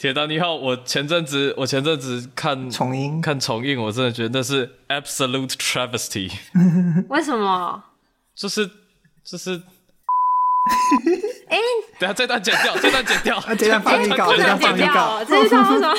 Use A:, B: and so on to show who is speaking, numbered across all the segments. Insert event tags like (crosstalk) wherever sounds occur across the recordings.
A: 铁达尼号，我前阵子我前阵子看
B: 重映
A: 看重映，我真的觉得那是 absolute travesty，
C: 为什么？
A: 就是就是，
C: 哎、
A: 等下这段剪掉，这段剪掉，
B: 啊这段放
C: 哎
B: 预告
C: 不
B: 这段
C: 能剪
B: 放预
C: 掉
B: 告
C: 哦，这一段为什么？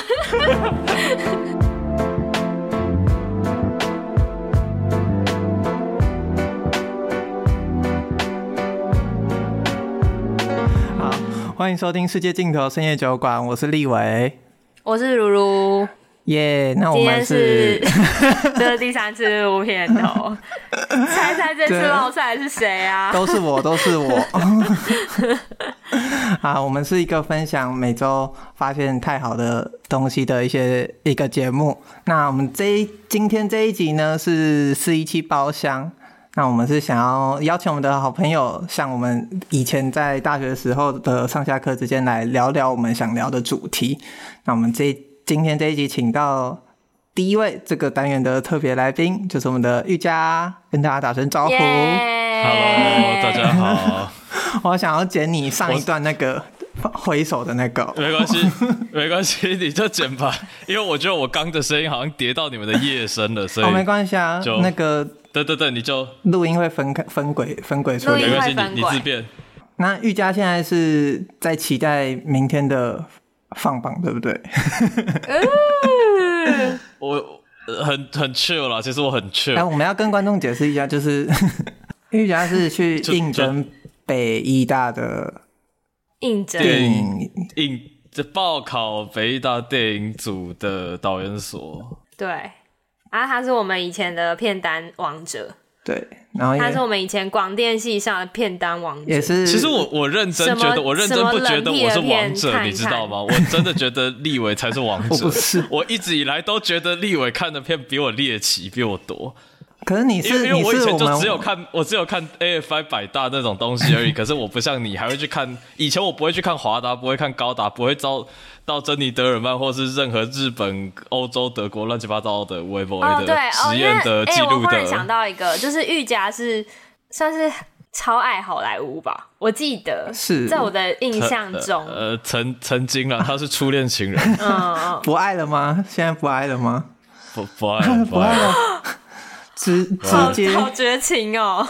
B: 好，欢迎收听《世界尽头深夜酒馆》，我是立伟，
C: (laughs) 我是如如，
B: 耶、哦那我
C: 今
B: 们
C: 天是
B: 是
C: 这是第 (laughs) 三次录片头， (laughs) 猜猜这次
B: 对
C: 落赛是谁啊？
B: 都是我，都是我。 (laughs) 啊，我们是一个分享每周发现太好的东西的一些一个节目。那我们这一今天这一集呢是四一七包厢。那我们是想要邀请我们的好朋友，像我们以前在大学时候的上下课之间来聊聊我们想聊的主题。那我们这今天这一集请到第一位这个单元的特别来宾，就是我们的玉佳，跟大家打声招呼。
A: Hello，大家好，
B: 我想要剪你上一段那个挥手的那个，
A: 没关系，没关系，你就剪吧，因为我觉得我刚的声音好像叠到你们的夜声了，所以
B: 哦，没关系啊
A: 就，
B: 那个
A: 对对对，你就
B: 录音会分开分轨分轨处
C: 录
A: 没
C: 音
B: 理。
A: 关系，
C: 会翻
A: 你你
C: 滚
A: 自便，
B: 那玉佳现在是在期待明天的放榜，对不对？
C: 嗯
A: 我呃很很 chill 啦，其实我很
B: (laughs)
A: chill，
B: 哎然后我们要跟观众解释一下，就是 (laughs) 玉佳是去
A: 就
B: 应征北医大的
C: 应征
A: 对
B: 电影
A: 应这报考北大电影组的导演所，
C: 对，啊，他是我们以前的片单王者，
B: 对，然后
C: 他是
B: 也
C: 我们以前广电系上的片单王者
B: 也。是，
A: 其实我我认真
C: 什么
A: 觉得，我认真不觉得我是王
C: 什么冷僻的片看
A: 者，
C: 看
A: 你知道吗？我真的觉得立伟才是
B: (laughs)
A: 王
B: 我
A: 者
B: 不是，
A: 我一直以来都觉得立伟看的片比我猎奇，比我多，
B: 可是你
A: 因为
B: 是
A: 因
B: 你
A: 为我以
B: 是
A: 前就
B: 们
A: 只有看我只有看 AFI 百大那种东西而已，可是我不像你还会去看，以前我不会去看华达，不会看高达，不会到到珍妮德尔曼或是任何日本、欧洲、德国乱七八糟的微博
C: 哦，
A: 的
C: 对哦，
A: 实
C: 因为
A: 验的
C: 哎
A: 记
C: 我
A: 录
C: 忽然想
A: 的，
C: 到一个，就是玉佳是算是超爱好莱坞吧，我记得
B: 是
C: 在我的印象中，
A: 呃，曾曾经啊， (laughs) 他是初恋情
B: (laughs)
A: 人，
C: 嗯，
B: 不爱了吗？现在不爱了吗？
A: 不不爱了不
B: (laughs) 不爱
A: 爱了，
B: 了，直
C: 好
B: 直接
C: 好绝情哦！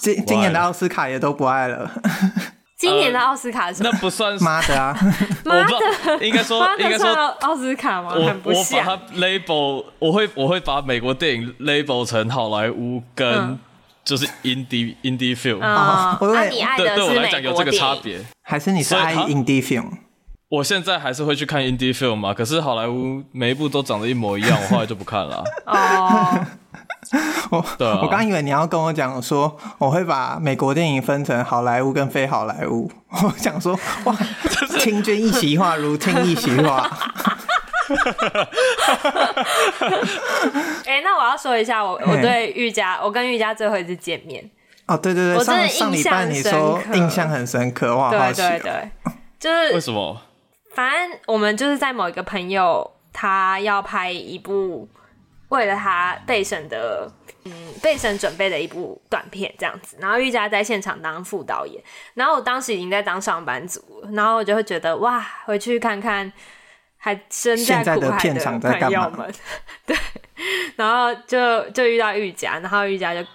B: 今今年的奥斯卡也都不爱了，
A: (laughs)
C: 今年的奥斯卡是什
A: 呃那
C: 么？
A: 不算是，
B: 妈的啊！
A: 我不知道，应该说
C: 妈
A: 应
C: 的
A: 该说
C: 算奥斯卡吗？
A: 我
C: 很不
A: 我把它
C: 像。嗯
A: label，我会我会把美国电影 label 成好莱坞跟
C: 嗯
A: 就是 indie indie film，、
C: 啊
B: 哦我以为
C: 啊你爱
A: 对
C: 的
A: 对我
C: 是
A: 来讲
C: 美
A: 有
C: 国
A: 这个
C: 电
A: 差
C: 影，
A: 别。
B: 还是你是
A: 所以
B: 爱
A: 啊
B: indie film？
A: 我现在还是会去看 indie film 嘛，可是好莱坞每一部都长得一模一样，我后来就不看
C: (laughs)
A: 了啊。
C: 哦，
B: (laughs) 我
A: 对啊
B: 我刚以为你要跟我讲说，我会把美国电影分成好莱坞跟非好莱坞。 (laughs) 我想说，哇，清君一席话，如听一席
A: (laughs)
B: 话。
C: 哎，那我要说一下，我我
B: 嘿
C: 对玉佳，我跟玉佳最后一次见面，
B: 哦，对对对，
C: 我真
B: 上上
C: 的印
B: 礼
C: 象
B: 拜你说
C: 深刻
B: 印象很深刻，哇，好好
C: 对
B: 奇
C: 对
B: 哦
C: 对，就是
A: 为什么？
C: 反正我们就是在某一个朋友，他要拍一部为了他备审的，嗯，备审准备的一部短片这样子。然后玉佳在现场当副导演，然后我当时已经在当上班族了，然后我就会觉得哇，回去看看还身在
B: 现在
C: 苦
B: 的
C: 海
B: 片场在干
C: 朋
B: 嘛
C: 友们，对，然后就就遇到玉佳，然后玉佳就。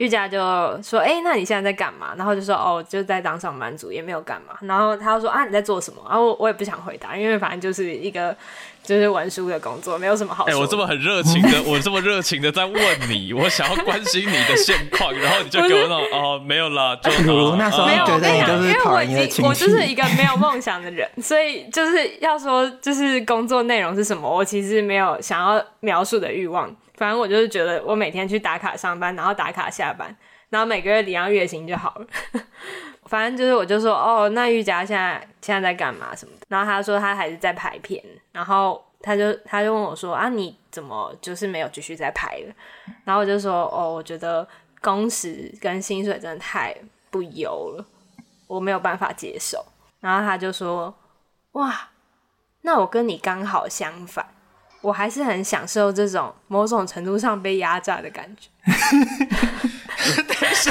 C: 玉佳就说：“哎、那你现在在干嘛？”然后就说：“哦，就在当上班族，也没有干嘛。”然后他就说：“啊，你在做什么？”然后我我也不想回答，因为反正就是一个就是文书的工作，没有什么好
A: 哎、
C: 说的。
A: 我这么很热情
B: (laughs)
A: 的，我这么热情的在问你，我想要关心你的现况，然后你就给我那
B: (laughs)
A: 种哦，没有啦，就
B: 鲁鲁
A: 哦
B: 哎那时候
C: 没
A: 哦
C: 有，
B: 觉
C: 我
B: 得
C: 跟
B: 你
C: 讲，
B: 就
C: 因
B: 是
C: 为
B: 讨
C: 我
B: 人厌的
C: 已
B: 情
C: 经
B: 绪
C: 我就是一个没有梦想的人，所以就是要说就是工作内容是什么，我其实没有想要描述的欲望。反正我就是觉得我每天去打卡上班，然后打卡下班，然后每个月领到月薪就好了。 (laughs) 反正就是我就说哦，那玉佳现在现在在干嘛什么的，然后他说他还是在拍片，然后他就他就问我说啊，你怎么就是没有继续在拍了？然后我就说哦，我觉得工时跟薪水真的太不优了，我没有办法接受。然后他就说哇，那我跟你刚好相反，我还是很享受这种某种程度上被压榨的感觉。
A: 等一下，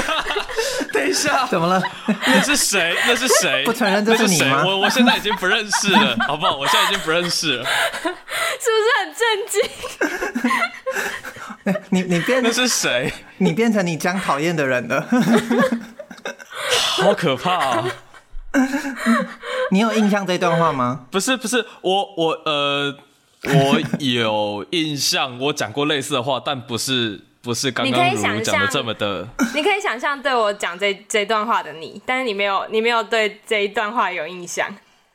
A: 等一下，
B: 怎么了？ (laughs)
A: 那是谁？那是谁？
B: 不承认这
A: 那
B: 是
A: 是
B: 你
A: 谁？
B: 吗
A: 我我现在已经不认识了， (laughs) 好不好？我现在已经不认识了，
C: (laughs) 是不是很震惊？ (laughs)
B: 你你变
A: 那是谁？
B: 你变成你将讨厌的人了。 (laughs)
A: 好可怕啊！
B: 你有印象这段话吗？
A: 不是不是，我我呃，我有印象，我讲过类似的话，但不是不是刚
C: 你可
A: 刚
C: 以
A: 如
C: 想
A: 如讲的
C: 象
A: 这么的。
C: 你可以想象对我讲这这段话的你，但是你没有，你没有对这一段话有印象。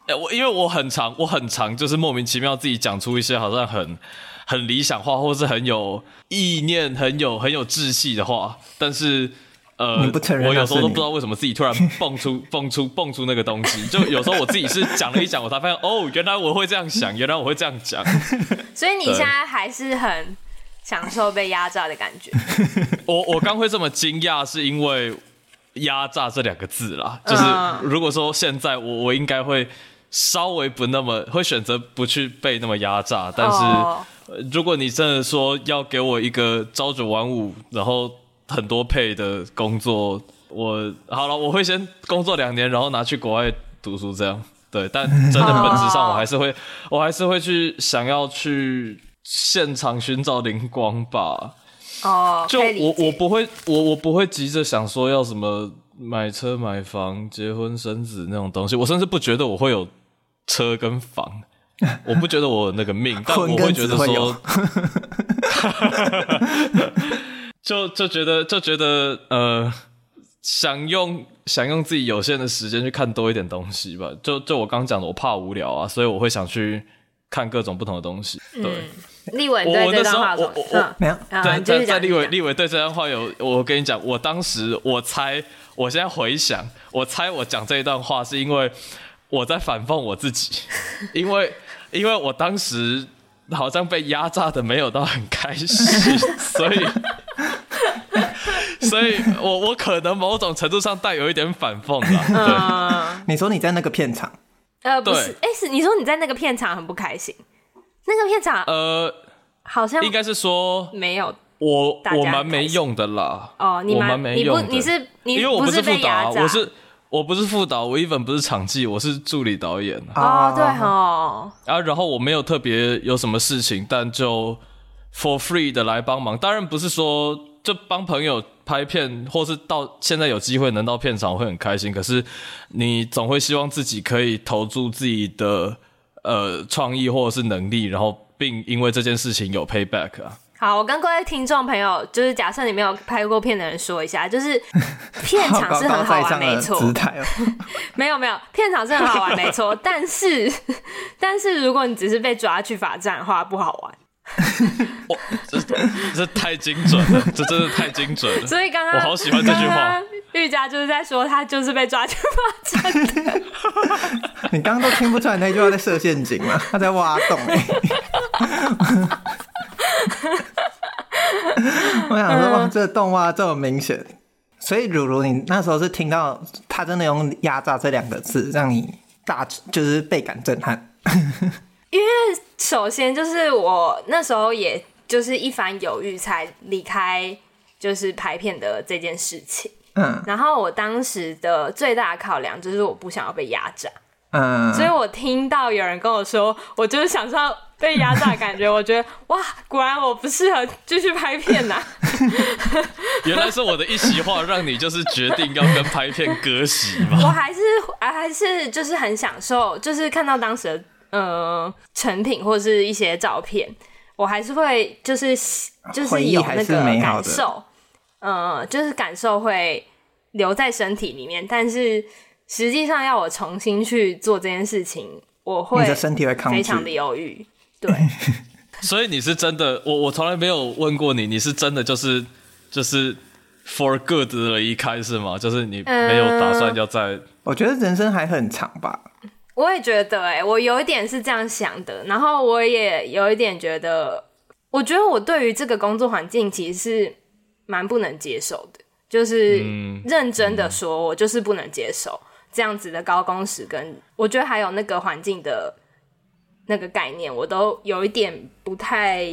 A: 哎、我因为我很常，我很常就是莫名其妙自己讲出一些好像很很理想化，或是很有意念、很有很有志气的话，但是呃
B: 你不承，认
A: 我有
B: 那
A: 时候
B: 是
A: 都
B: 你
A: 不知道为什么自己突
B: (laughs)
A: 然蹦出蹦出蹦出那个东西，就有时候我自己是讲了一讲，我才发现哦，原来我会这样想，原来我会这样讲，
C: 所以你
A: 对
C: 现在还是很享受被压榨的感觉。
A: 我我刚会这么惊讶，是因为“压榨”这两个字啦。就是
C: 嗯
A: 如果说现在我我应该会稍微不那么会选择不去被那么压榨，但是、
C: 哦
A: 呃如果你真的说要给我一个朝九晚五，然后很多配的工作，我好了，我会先工作两年，然后拿去国外读书这样。对，但真的本质上，我还是会，我还是会去想要去现场寻找灵光吧。
C: 哦，
A: 就
C: 可以理
A: 我
C: 解
A: 我不会，我我不会急着想说要什么买车买房、结婚生子那种东西。我甚至不觉得我会有车跟房，我不觉得我有那个命，但
B: 婚
A: 我
B: 跟
A: 会觉
B: 子
A: 得
B: 会
A: 说
B: 有，
A: (laughs) 就就觉得就觉得呃，想用想用自己有限的时间去看多一点东西吧。就就我刚讲的，我怕无聊啊，所以我会想去看各种不同的东西。对。
C: 立文对
A: 我
C: 这段话
A: 我
C: 有
A: 那时候
C: 什么？
B: 没有，
C: 嗯，
A: 在
C: 嗯就是
A: 在
C: 讲
A: 在立伟
C: 讲
A: 立伟对这段话有，我跟你讲，我当时我猜，我现在回想，我猜我讲这一段话是因为我在反讽我自己，因为因为我当时好像被压榨的没有到很开心，所
C: (laughs)
A: 以。所以我我可能某种程度上带有一点反讽啦，
C: 嗯，
B: 你说你在那个片场，
C: 呃，不是
A: 对，
C: 哎，是你说你在那个片场很不开心，那个片场
A: 对，呃，
C: 好像
A: 应该是说
C: 没有
A: 我
C: 大家
A: 我
C: 很
A: 蛮
C: 开
A: 没
C: 心
A: 用的啦，
C: 哦，你
A: 我
C: 蛮
A: 没
C: 你
A: 用
C: 不
A: 的，
C: 你是你
A: 因为我
C: 不
A: 是副
C: 被
A: 导啊、
C: 压榨，哦
A: 我是我不是副导，我一本不是场记，我是助理导演啊。
C: 哦，对
B: 啊
C: 哦，
A: 啊然后我没有特别有什么事情，但就 for free 的来帮忙。当然不是说就帮朋友拍片，或是到现在有机会能到片场，我会很开心。可是你总会希望自己可以投注自己的呃创意或者是能力，然后并因为这件事情有 payback 啊。
C: 好，我跟各位听众朋友，就是假设你没有拍过片的人说一下，就是
B: (laughs)
C: 片
B: 好
C: 场
B: 高
C: 是很
B: 高
C: 好
B: 在
C: 玩，
B: 上
C: 没
B: 的
C: 错，
B: 姿态哦。
C: 没有没有，片场是很好
B: (laughs)
C: 玩，没错。但是， (laughs) 但是如果你只是被抓去罚站的话，不好玩。
A: 哇，这这太精准了，这真的太精准
C: (laughs)
A: 了。
C: 所以刚刚
A: 我好喜欢这句话。
C: 刚刚玉佳就是在说他就是被抓去罚站。
B: (laughs) 你刚刚都听不出来那句话在设陷阱吗？ (laughs) 他在挖洞、欸。我想
C: 嗯
B: 说，哇，这洞挖这么明显。所以如如，你那时候是听到他真的用“压榨”这两个字，让你大就是倍感震撼。
C: 首先就是我那时候也就是一番犹豫才离开，就是拍片的这件事情。
B: 嗯
C: 然后我当时的最大的考量就是我不想要被压榨。
B: 嗯，
C: 所以我听到有人跟我说，我就是想象被压榨的感觉，我觉得哇，果然我不适合继续拍片啊呐、
A: (laughs) 原来是我的一席话让你就是决定要跟拍片割席嘛？ (laughs)
C: 我还是啊还是就是很享受，就是看到当时的呃成品或是一些照片，我还是会就是就是
B: 啊回忆
C: 有
B: 还
C: 那
B: 是
C: 个
B: 美好
C: 感
B: 的
C: 受，呃，就是感受会留在身体里面，但是实际上要我重新去做这件事情，我会
B: 你的身体会抗
C: 非常的
B: 拒。
C: 犹豫，对。
B: (laughs)
A: 所以你是真的，我我从来没有问过你，你是真的就是就是 for good 的离开是吗？就是你没有打算要再
B: 我觉得人生还很长吧。
C: 我也觉得、欸，哎，我有一点是这样想的，然后我也有一点觉得，我觉得我对于这个工作环境其实是蛮不能接受的，就是认真的说，我就是不能接受这样子的高工时跟，呃我觉得还有那个环境的那个概念，我都有一点不太，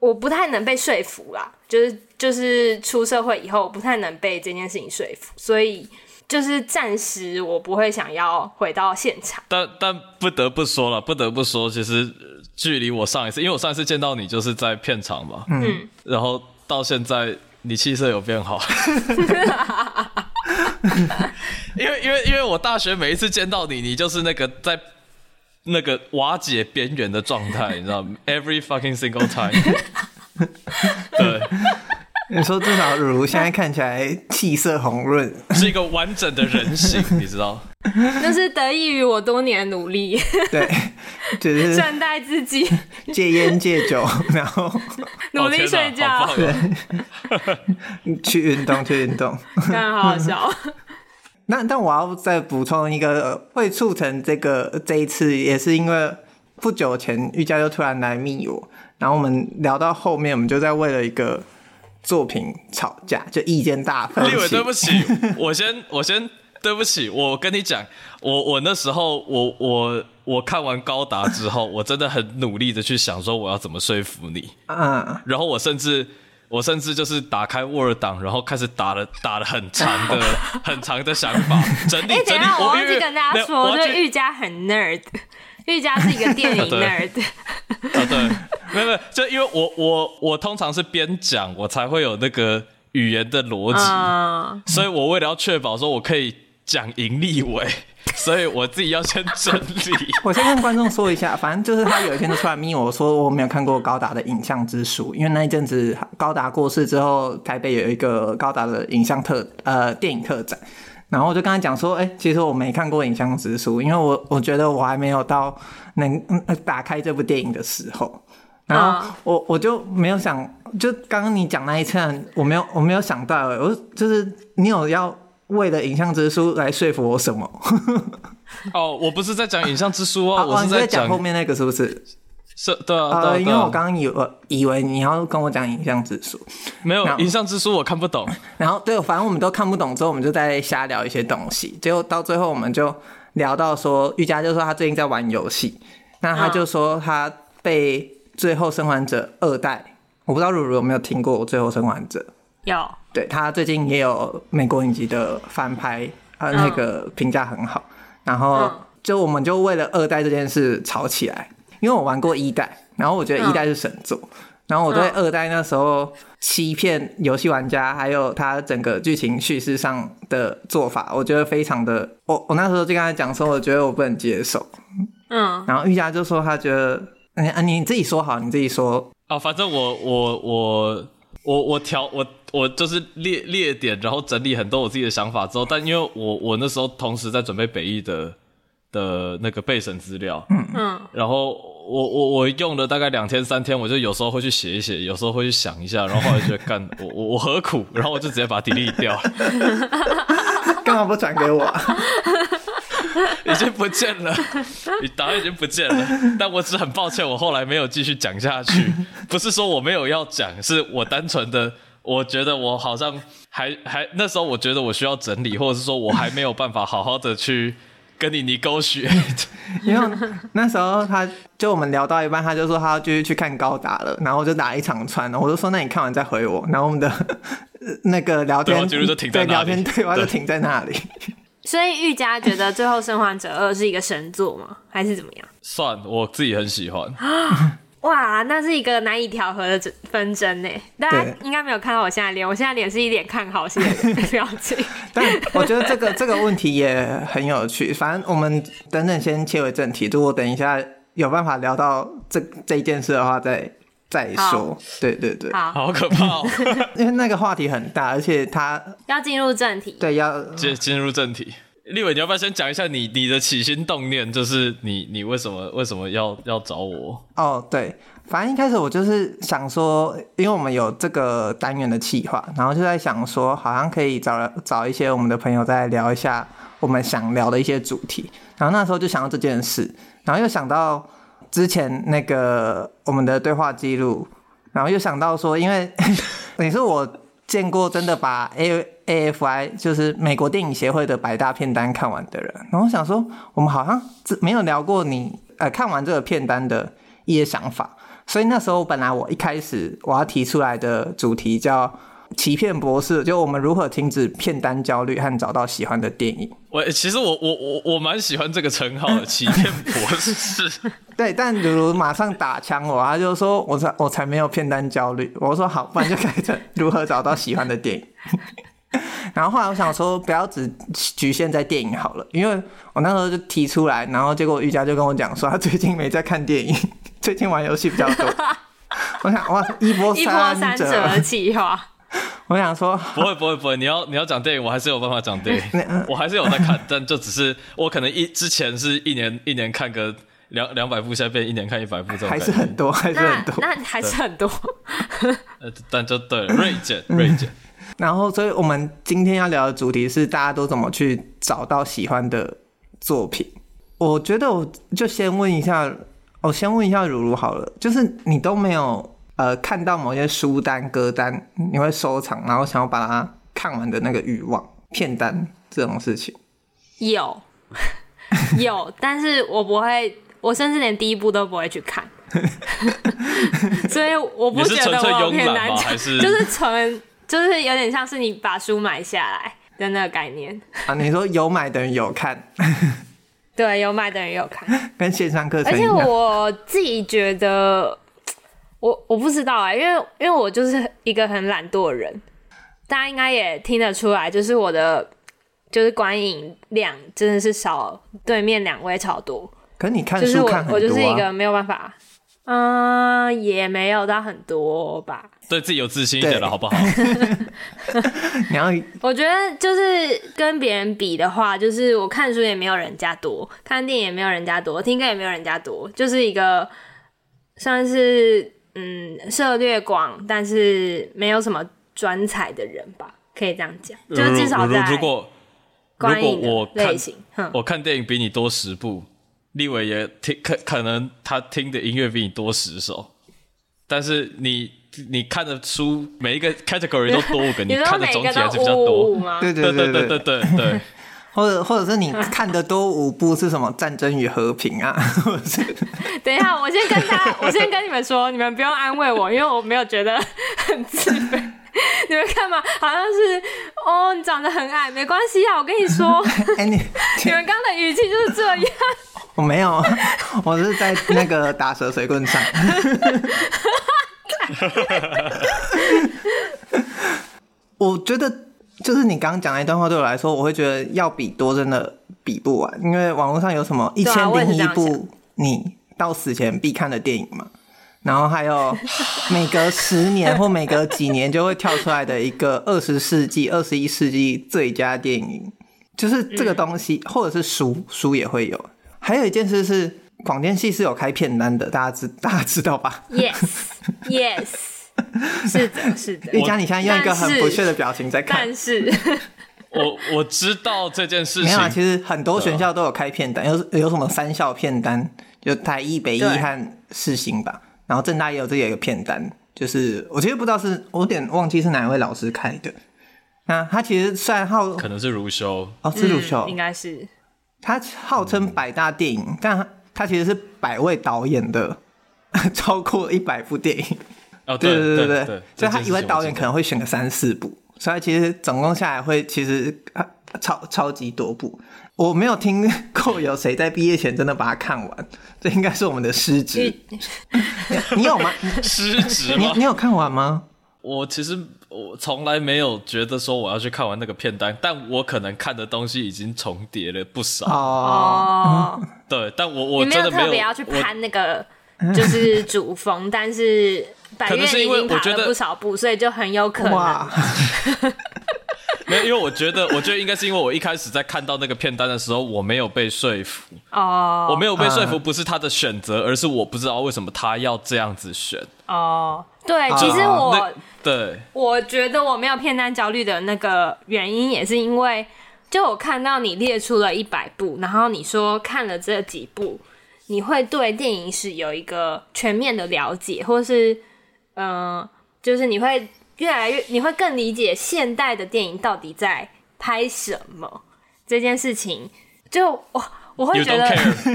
C: 我不太能被说服啦，就是就是出社会以后，我不太能被这件事情说服，所以就是暂时我不会想要回到现场。
A: 但但不得不说了，不得不说，其实呃距离我上一次，因为我上一次见到你就是在片场嘛，嗯，然后到现在你气色有变好， (laughs) 因为因为因为我大学每一次见到你，你就是那个在。那个瓦解边缘的状态，你知道吗？Every fucking single time，对，
B: 你说至少如现在看起来气色红
C: (laughs)
B: 润，
A: 是一个完整的人形，你知道？ (laughs)
C: 那是得益于我多年的努力，
B: 对，只是
C: 善待自己，
B: 戒烟戒酒，然后
C: 努力
A: 哦天哪
C: 睡觉，
A: 好棒哦
B: 去运动去运动。
C: 看嗯好
A: (laughs)
C: 好笑。
B: 那但我要再补充一个，呃会促成这个这一次，也是因为不久前瑜伽就突然来密我，然后我们聊到后面，我们就在为了一个作品吵架，就意见大分
A: 立伟，
B: 歧
A: 对。不起，我先我先对不起，我跟你讲，我我那时候我我我看完高达之后，我真的很努力的去想说我要怎么说服你，
B: 嗯，
A: 然后我甚至。我甚至就是打开 Word 档，然后开始打了打了很长的 (laughs) 很长的想法，整理
C: 哎、等
A: 整
C: 一
A: 理
C: 下，。我忘
A: 因为
C: 记跟大
A: 没
C: 家
A: 有
C: 说，
A: 我
C: 就
A: 要
C: 是
A: 去
C: 玉佳很 nerd，玉佳是一个
A: (laughs)
C: 电影
A: 对
C: nerd。
A: 啊，对，没有没有，就因为我我我通常是边讲，我才会有那个语言的逻辑，
C: 嗯，
A: 所以我为了要确保说我可以讲赢立伟，所以我自己要先整理。
B: (laughs) 我先跟观众说一下，反正就是他有一天就突然密我说我没有看过高达的影像之书，因为那一阵子高达过世之后，台北有一个高达的影像特呃电影特展，然后我就跟他讲说，哎、其实我没看过影像之书，因为我我觉得我还没有到能、嗯呃打开这部电影的时候。然后
C: 嗯
B: 我我就没有想，就刚刚你讲那一层，我没有我没有想到，我就是你有要为了影像之书来说服我什么？
A: (laughs) 哦，我不是在讲影像之书啊，
B: 哦
A: 我
B: 你
A: 是
B: 在
A: 讲
B: 后面那个是不是？
A: 是，对啊，对啊
B: 呃，因
A: 对
B: 为
A: 啊
B: 我刚刚以为以为你要跟我讲影像指数，
A: 没有
B: 那
A: 影像之书，我看不懂。
B: 然后对，反正我们都看不懂，之后我们就在瞎聊一些东西，结果到最后我们就聊到说，瑜伽就说他最近在玩游戏，那他就说他被《最后生还者》二代，我不知道如如有没有听过《最后生还者》，
C: 有，
B: 对他最近也有美国影集的翻拍，呃，那个评价很好。然后
C: 嗯
B: 就我们就为了二代这件事吵起来，因为我玩过一代，然后我
C: 嗯
B: 觉得一代是神作，然后我对二代那时候欺骗游戏玩家，还有他整个剧情叙事上的做法，我觉得非常的，我我那时候就跟他讲说，我觉得我不能接受。
C: 嗯，
B: 然后玉佳就说他觉得，嗯啊，你自己说好，你自己
C: (laughs)
B: 说
A: 啊，反正我我我我我调我我就是列列点，然后整理很多我自己的想法之后，但因为我我那时候同时在准备北艺的的那个备审资料，嗯
C: 嗯，
A: 然后我我我用了大概两天三天，我就有时候会去写一写，有时候会去想一下，然后后来觉得干我我我何苦，然后我就直接把它 delete 掉，
B: 干嘛不转给我、啊？
A: (laughs) 已经不见了，答案已经不见了，但我只是很抱歉，我后来没有继续讲下去，不是说我没有要讲，是我单纯的。我觉得我好像还还那时候，我觉得我需要整理，或者是说我还没有办法好好的去跟你 negotiate。
B: (laughs) 因为那时候他就我们聊到一半，他就说他要继续去看高达了，然后我就打一场串，我就说那你看完再回我，然后我们的 (laughs) 那个聊
A: 对
B: 天
A: 话记录就停在
B: 对
A: 那
B: 聊
A: 里
B: 天对话就
A: 对
B: 停在那里。 (laughs)
C: 所以玉佳觉得《最后生还者二》是一个神作吗？还是怎么样？
A: (laughs) 算，我自己很喜欢。
C: 哇，那是一个难以调和的争纷争呢。大家
B: 对
C: 应该没有看到我现在脸，我现在脸是一脸看好戏的表
A: (laughs)
C: 情。
B: 但我觉得这个这个问题也很有趣，反正我们等等先切回正题，如果等一下有办法聊到这这一件事的话再再说
C: 好。
B: 对对对，
C: 好，
A: 好可怕、哦！
B: 因为那个话题很大，而且他
C: 要进入
A: (laughs)
C: 正题。
B: 对要
A: 进进入正题，立伟，你要不要先讲一下你你的起心动念？就是你你为什么为什么要要找我？
B: 哦，对，反正一开始我就是想说，因为我们有这个单元的企划，然后就在想说，好像可以找找一些我们的朋友再聊一下我们想聊的一些主题。然后那时候就想到这件事，然后又想到之前那个我们的对话记录，然后又想到说，因为你是我见过真的把 A A F I 就是美国电影协会的百大片单看完的人，然后我想说，我们好像只没有聊过你呃看完这个片单的一些想法，所以那时候本来我一开始我要提出来的主题叫欺骗博士，就我们如何停止片单焦虑和找到喜欢的电影。
A: 我其实我我我我蛮喜欢这个称号
B: (laughs)
A: 的，欺骗博士。
B: 对，但如如马上打枪我，他就说我才我才没有片单焦虑。我说好，不然就改成如何找到喜欢的电影。 (laughs) 然后后来我想说，不要只局限在电影好了，因为我那时候就提出来，然后结果瑜伽就跟我讲说，他最近没在看电影， (laughs) 最近玩游戏比较
C: (laughs)
B: 多。我想哇，一波
C: 一波三
B: 折，
C: 折计划。
A: (laughs)
B: 我想说
A: 不会不会不会，你要你要讲电影，我还是有办法讲
B: (laughs)
A: 电影，我还是有在看，但就只是我可能一之前是一年一年看个两两百部，现在变一年看一百部这种
B: 还
A: 感
B: 是
A: 觉，
B: 很多，还是
C: 那
B: 很多。
C: 那还是很多，
A: 呃但就对了，锐减
B: 嗯
A: 锐减，
B: 然后，所以我们今天要聊的主题是大家都怎么去找到喜欢的作品。我觉得我就先问一下，我先问一下如如好了，就是你都没有呃看到某些书单、歌单，你会收藏，然后想要把它看完的那个欲望、片单这种事情。 (laughs)
C: 有 (laughs) 有，但是我不会，我甚至连第一部都不会去
A: (laughs)
C: 看，所以我不
A: 你是
C: 觉得
A: 纯粹
C: 我有
A: 慵
C: 片
A: 懒
C: 单
A: 吗
C: 焦
A: 还是
C: 就是纯 (laughs) 就是有点像是你把书买下来的那个概念。
B: 啊，你说有买等于有看，
C: 对，有买的人也有
A: (laughs)
C: 看，
B: 跟线上课程
C: 而
A: 哎
B: 一
C: 且
B: 样。
C: 我自己觉得，我我不知道哎、因为因为我就是一个很懒惰的人，大家应该也听得出来，就是我的就是观影量真的是少对面两位超多，
B: 可是你看
C: 就是
B: 书
C: 我
B: 看很多、啊
C: 我就是一个没有办法，嗯、也没有到很多吧，
A: 对自己有自信一点
B: 对
A: 了，好不好？
B: 你要
C: 我觉得就是跟别人比的话，就是我看书也没有人家多，看电影也没有人家多，听歌也没有人家多，就是一个算是嗯涉略广，但是没有什么专才的人吧，可以这样讲， (laughs) 就
A: 如
C: 是至少
A: 嗯如
C: 在
A: 如果如
C: 观
A: 果
C: 影
A: 我
C: 的
A: 看
C: 类型，哼，
A: 我看电影比你多十部，立伟也听可可能他听的音乐比你多十首，但是你你看的书每一个 category 都多五
C: (laughs)
A: 个，
C: 你说
A: 看的
C: 每
A: 总体
C: 个
A: 还
C: 都
A: 是比较
C: 五五
A: 多。 (laughs)
C: 吗？
B: 对对
A: 对
B: 对
A: 对对对对，
B: 或者或者是你看的多五部是什么《战争与和平》啊，或者是
C: 等一下，我先跟大家，我先跟你们说，你们不用安慰我，因为我没有觉得很自卑。 (laughs) 你们干嘛？好像是哦，你长得很矮，没关系啊。我跟你 (laughs) 说，
B: (laughs) 哎、你
C: 你们刚的语气就是这样。
B: 我没有，我是在那个打蛇随棍上。我觉得就是你刚刚讲那一段话，对我来说，我会觉得要比多真的比不完，因为网络上有什么一
C: 对啊
B: 千
C: 我也
B: 零
C: 是这
B: 一
C: 样
B: 部你到死前必看的电影嘛，然后还有每隔十年或每隔几年就会跳出来的一个二十世纪、二十一世纪最佳电影，就是这
C: 嗯
B: 个东西，或者是书，书也会有。还有一件事是，广电系是有开片单的，大家知 (laughs) 大家知道吧？
C: Yes, yes，是的，是的。
B: 玉佳，你现在用一个很
C: 但是
B: 不屑的表情在看
C: 但。是，
A: 我我知道这件事
B: 没有啊，
A: 情
B: 其，实很多学校都有开片单，有有什么三校片单，就台艺、北艺
C: 对
B: 和世新吧，然后正大也有自己的一个片单，就是我其实不知道是我有点忘记是哪一位老师开的。那他其实虽然号
A: 可能是如修，
B: 哦是鲁秀
C: 嗯，应该是
B: 他号称百大电影，但他他其实是百位导演的 (laughs) 超过一百部电影。
A: 哦，
B: 对
A: 对
B: 对
A: 对
B: 对，所
A: 这
B: 以他
A: 件事
B: 一
A: 情我
B: 位
A: 知
B: 导演
A: 道
B: 可能会选个三四部，所以他其实总共下来会其实啊超超级多部。我没有听 (laughs) 过有谁在毕业前真的把它看完，这应该是我们的失职。
C: 玉
B: 你有吗？
A: 失职
B: 你
A: 吗
B: 你？有看完吗？
A: 我其实 (laughs) 我从来没有觉得说我要去看完那个片单，但我可能看的东西已经重叠了不少。
B: 哦，
C: 哦，
A: 对，但我我
C: 你没
A: 真
C: 有
A: 的
C: 特
A: 有
C: 别要去
A: 我
C: 攀那个就是主峰，但是百
A: 可能
C: 越
A: 是
C: 你已
A: 因为
C: 经
A: 我
C: 爬
A: 觉得
C: 了不少步，所以就很有可能
B: 哇，
A: 没有，因为我觉得，我觉得应该是因为我一开始在看到那个片单的时候，我没有被说服，
C: 哦
A: 我没有被说服，不是他的选择，而是我不知道为什么他要这样子选。
C: 哦，对，其实
B: 啊
C: 我、
A: 那对，
C: 我觉得我没有片单焦虑的那个原因，也是因为就我看到你列出了一百部，然后你说看了这几部，你会对电影史有一个全面的了解，或是嗯、呃就是你会越来越，你会更理解现代的电影到底在拍什么这件事情。就我我会
A: You
C: 觉
A: don't
C: 得
A: care，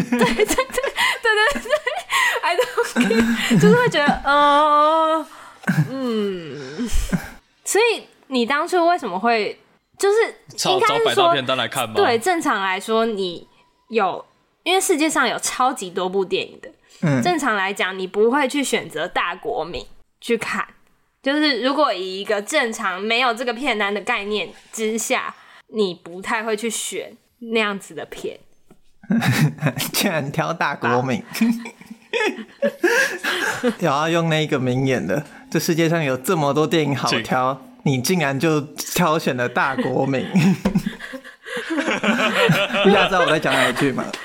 C: I don't care，就是会觉得，呃，嗯，所以你当初为什么会就是
A: 找
C: 应该
A: 找
C: 是
A: 百大
C: 说
A: 片单来看吗？
C: 对，正常来说你有，因为世界上有超级多部电影的，
B: 嗯，
C: 正常来讲，你不会去选择大国民去看。就是如果以一个正常没有这个片单的概念之下，你不太会去选那样子的片。
B: 竟然挑大国民，有要用那个名言的，这世界上有这么多电影好
A: 这个
B: 挑，你竟然就挑选了大国民。
A: (laughs)
B: 你想知道我在讲哪一句吗？
A: (laughs)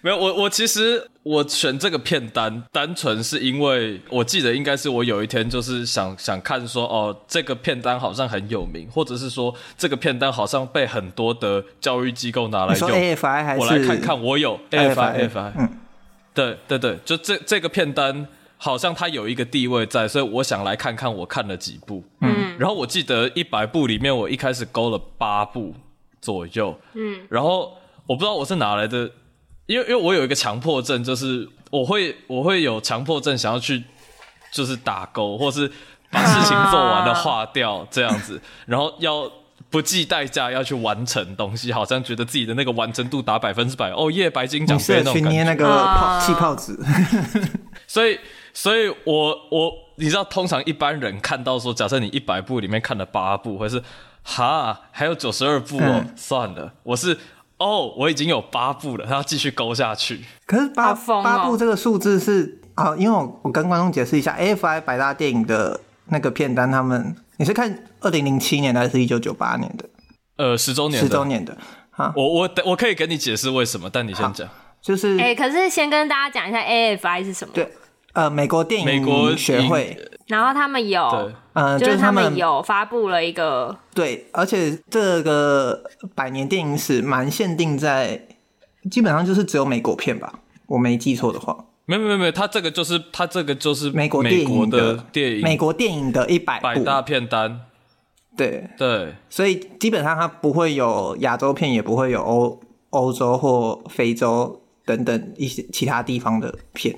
A: 没有，我我其实我选这个片单，单纯是因为我记得应该是我有一天就是想想看说，哦，这个片单好像很有名，或者是说这个片单好像被很多的教育机构拿来
B: 你说
A: 用。
B: AFI 还是
A: 我来看看，我有
B: AFI
A: AFI AFI，
B: 嗯，
A: 对对对，就这这个片单好像它有一个地位在，所以我想来看看我看了几部。嗯，然后我记得一百部里面，我一开始勾了八部左右。嗯，然后我不知道我是哪来的，因为因为我有一个强迫症，就是我会我会有强迫症，想要去就是打勾，或是把事情做完的划掉这样子，然后要。不计代价要去完成东西，好像觉得自己的那个完成度达百分之百，哦耶，白金奖
B: 你
A: 杯
B: 是
A: 那种
B: 去
A: 感觉
B: 捏那个
C: 啊
B: 泡气泡纸，
A: 所以，所以我我你知道，通常一般人看到说，假设你一百部里面看了八部，或是哈还有九十二部哦，
B: 嗯
A: 算了，我是哦我已经有八部了，然后继续勾下去。
B: 可是八
C: 好疯哦
B: 八部这个数字是啊，因为我我跟观众解释一下，AFI 百大电影的那个片单，他们你是看二零零七年的还是一九九八年的
A: 呃，十周年
B: 十
A: 的，
B: 周年的啊？
A: 我我我可以给你解释为什么，但你先讲。
B: 就是
C: 哎、可是先跟大家讲一下 AFI 是什么。
B: 对，呃，美国电
A: 美国
B: 影学会，
C: 然后他们有
A: 对，，
B: 呃，就是
C: 是他
B: 们
C: 有发布了一个，
B: 对，而且这个百年电影史蛮限定在，基本上就是只有美国片吧，我没记错的话，
A: 没有没有没有，他这个就是他这个就是
B: 美国电
A: 美国
B: 影
A: 的电
B: 美
A: 影
B: 国电影的一百
A: 百
B: 部，
A: 大片单，
B: 对，
A: 对
B: 所以基本上它不会有亚洲片，也不会有欧欧洲或非洲等等一些其他地方的片。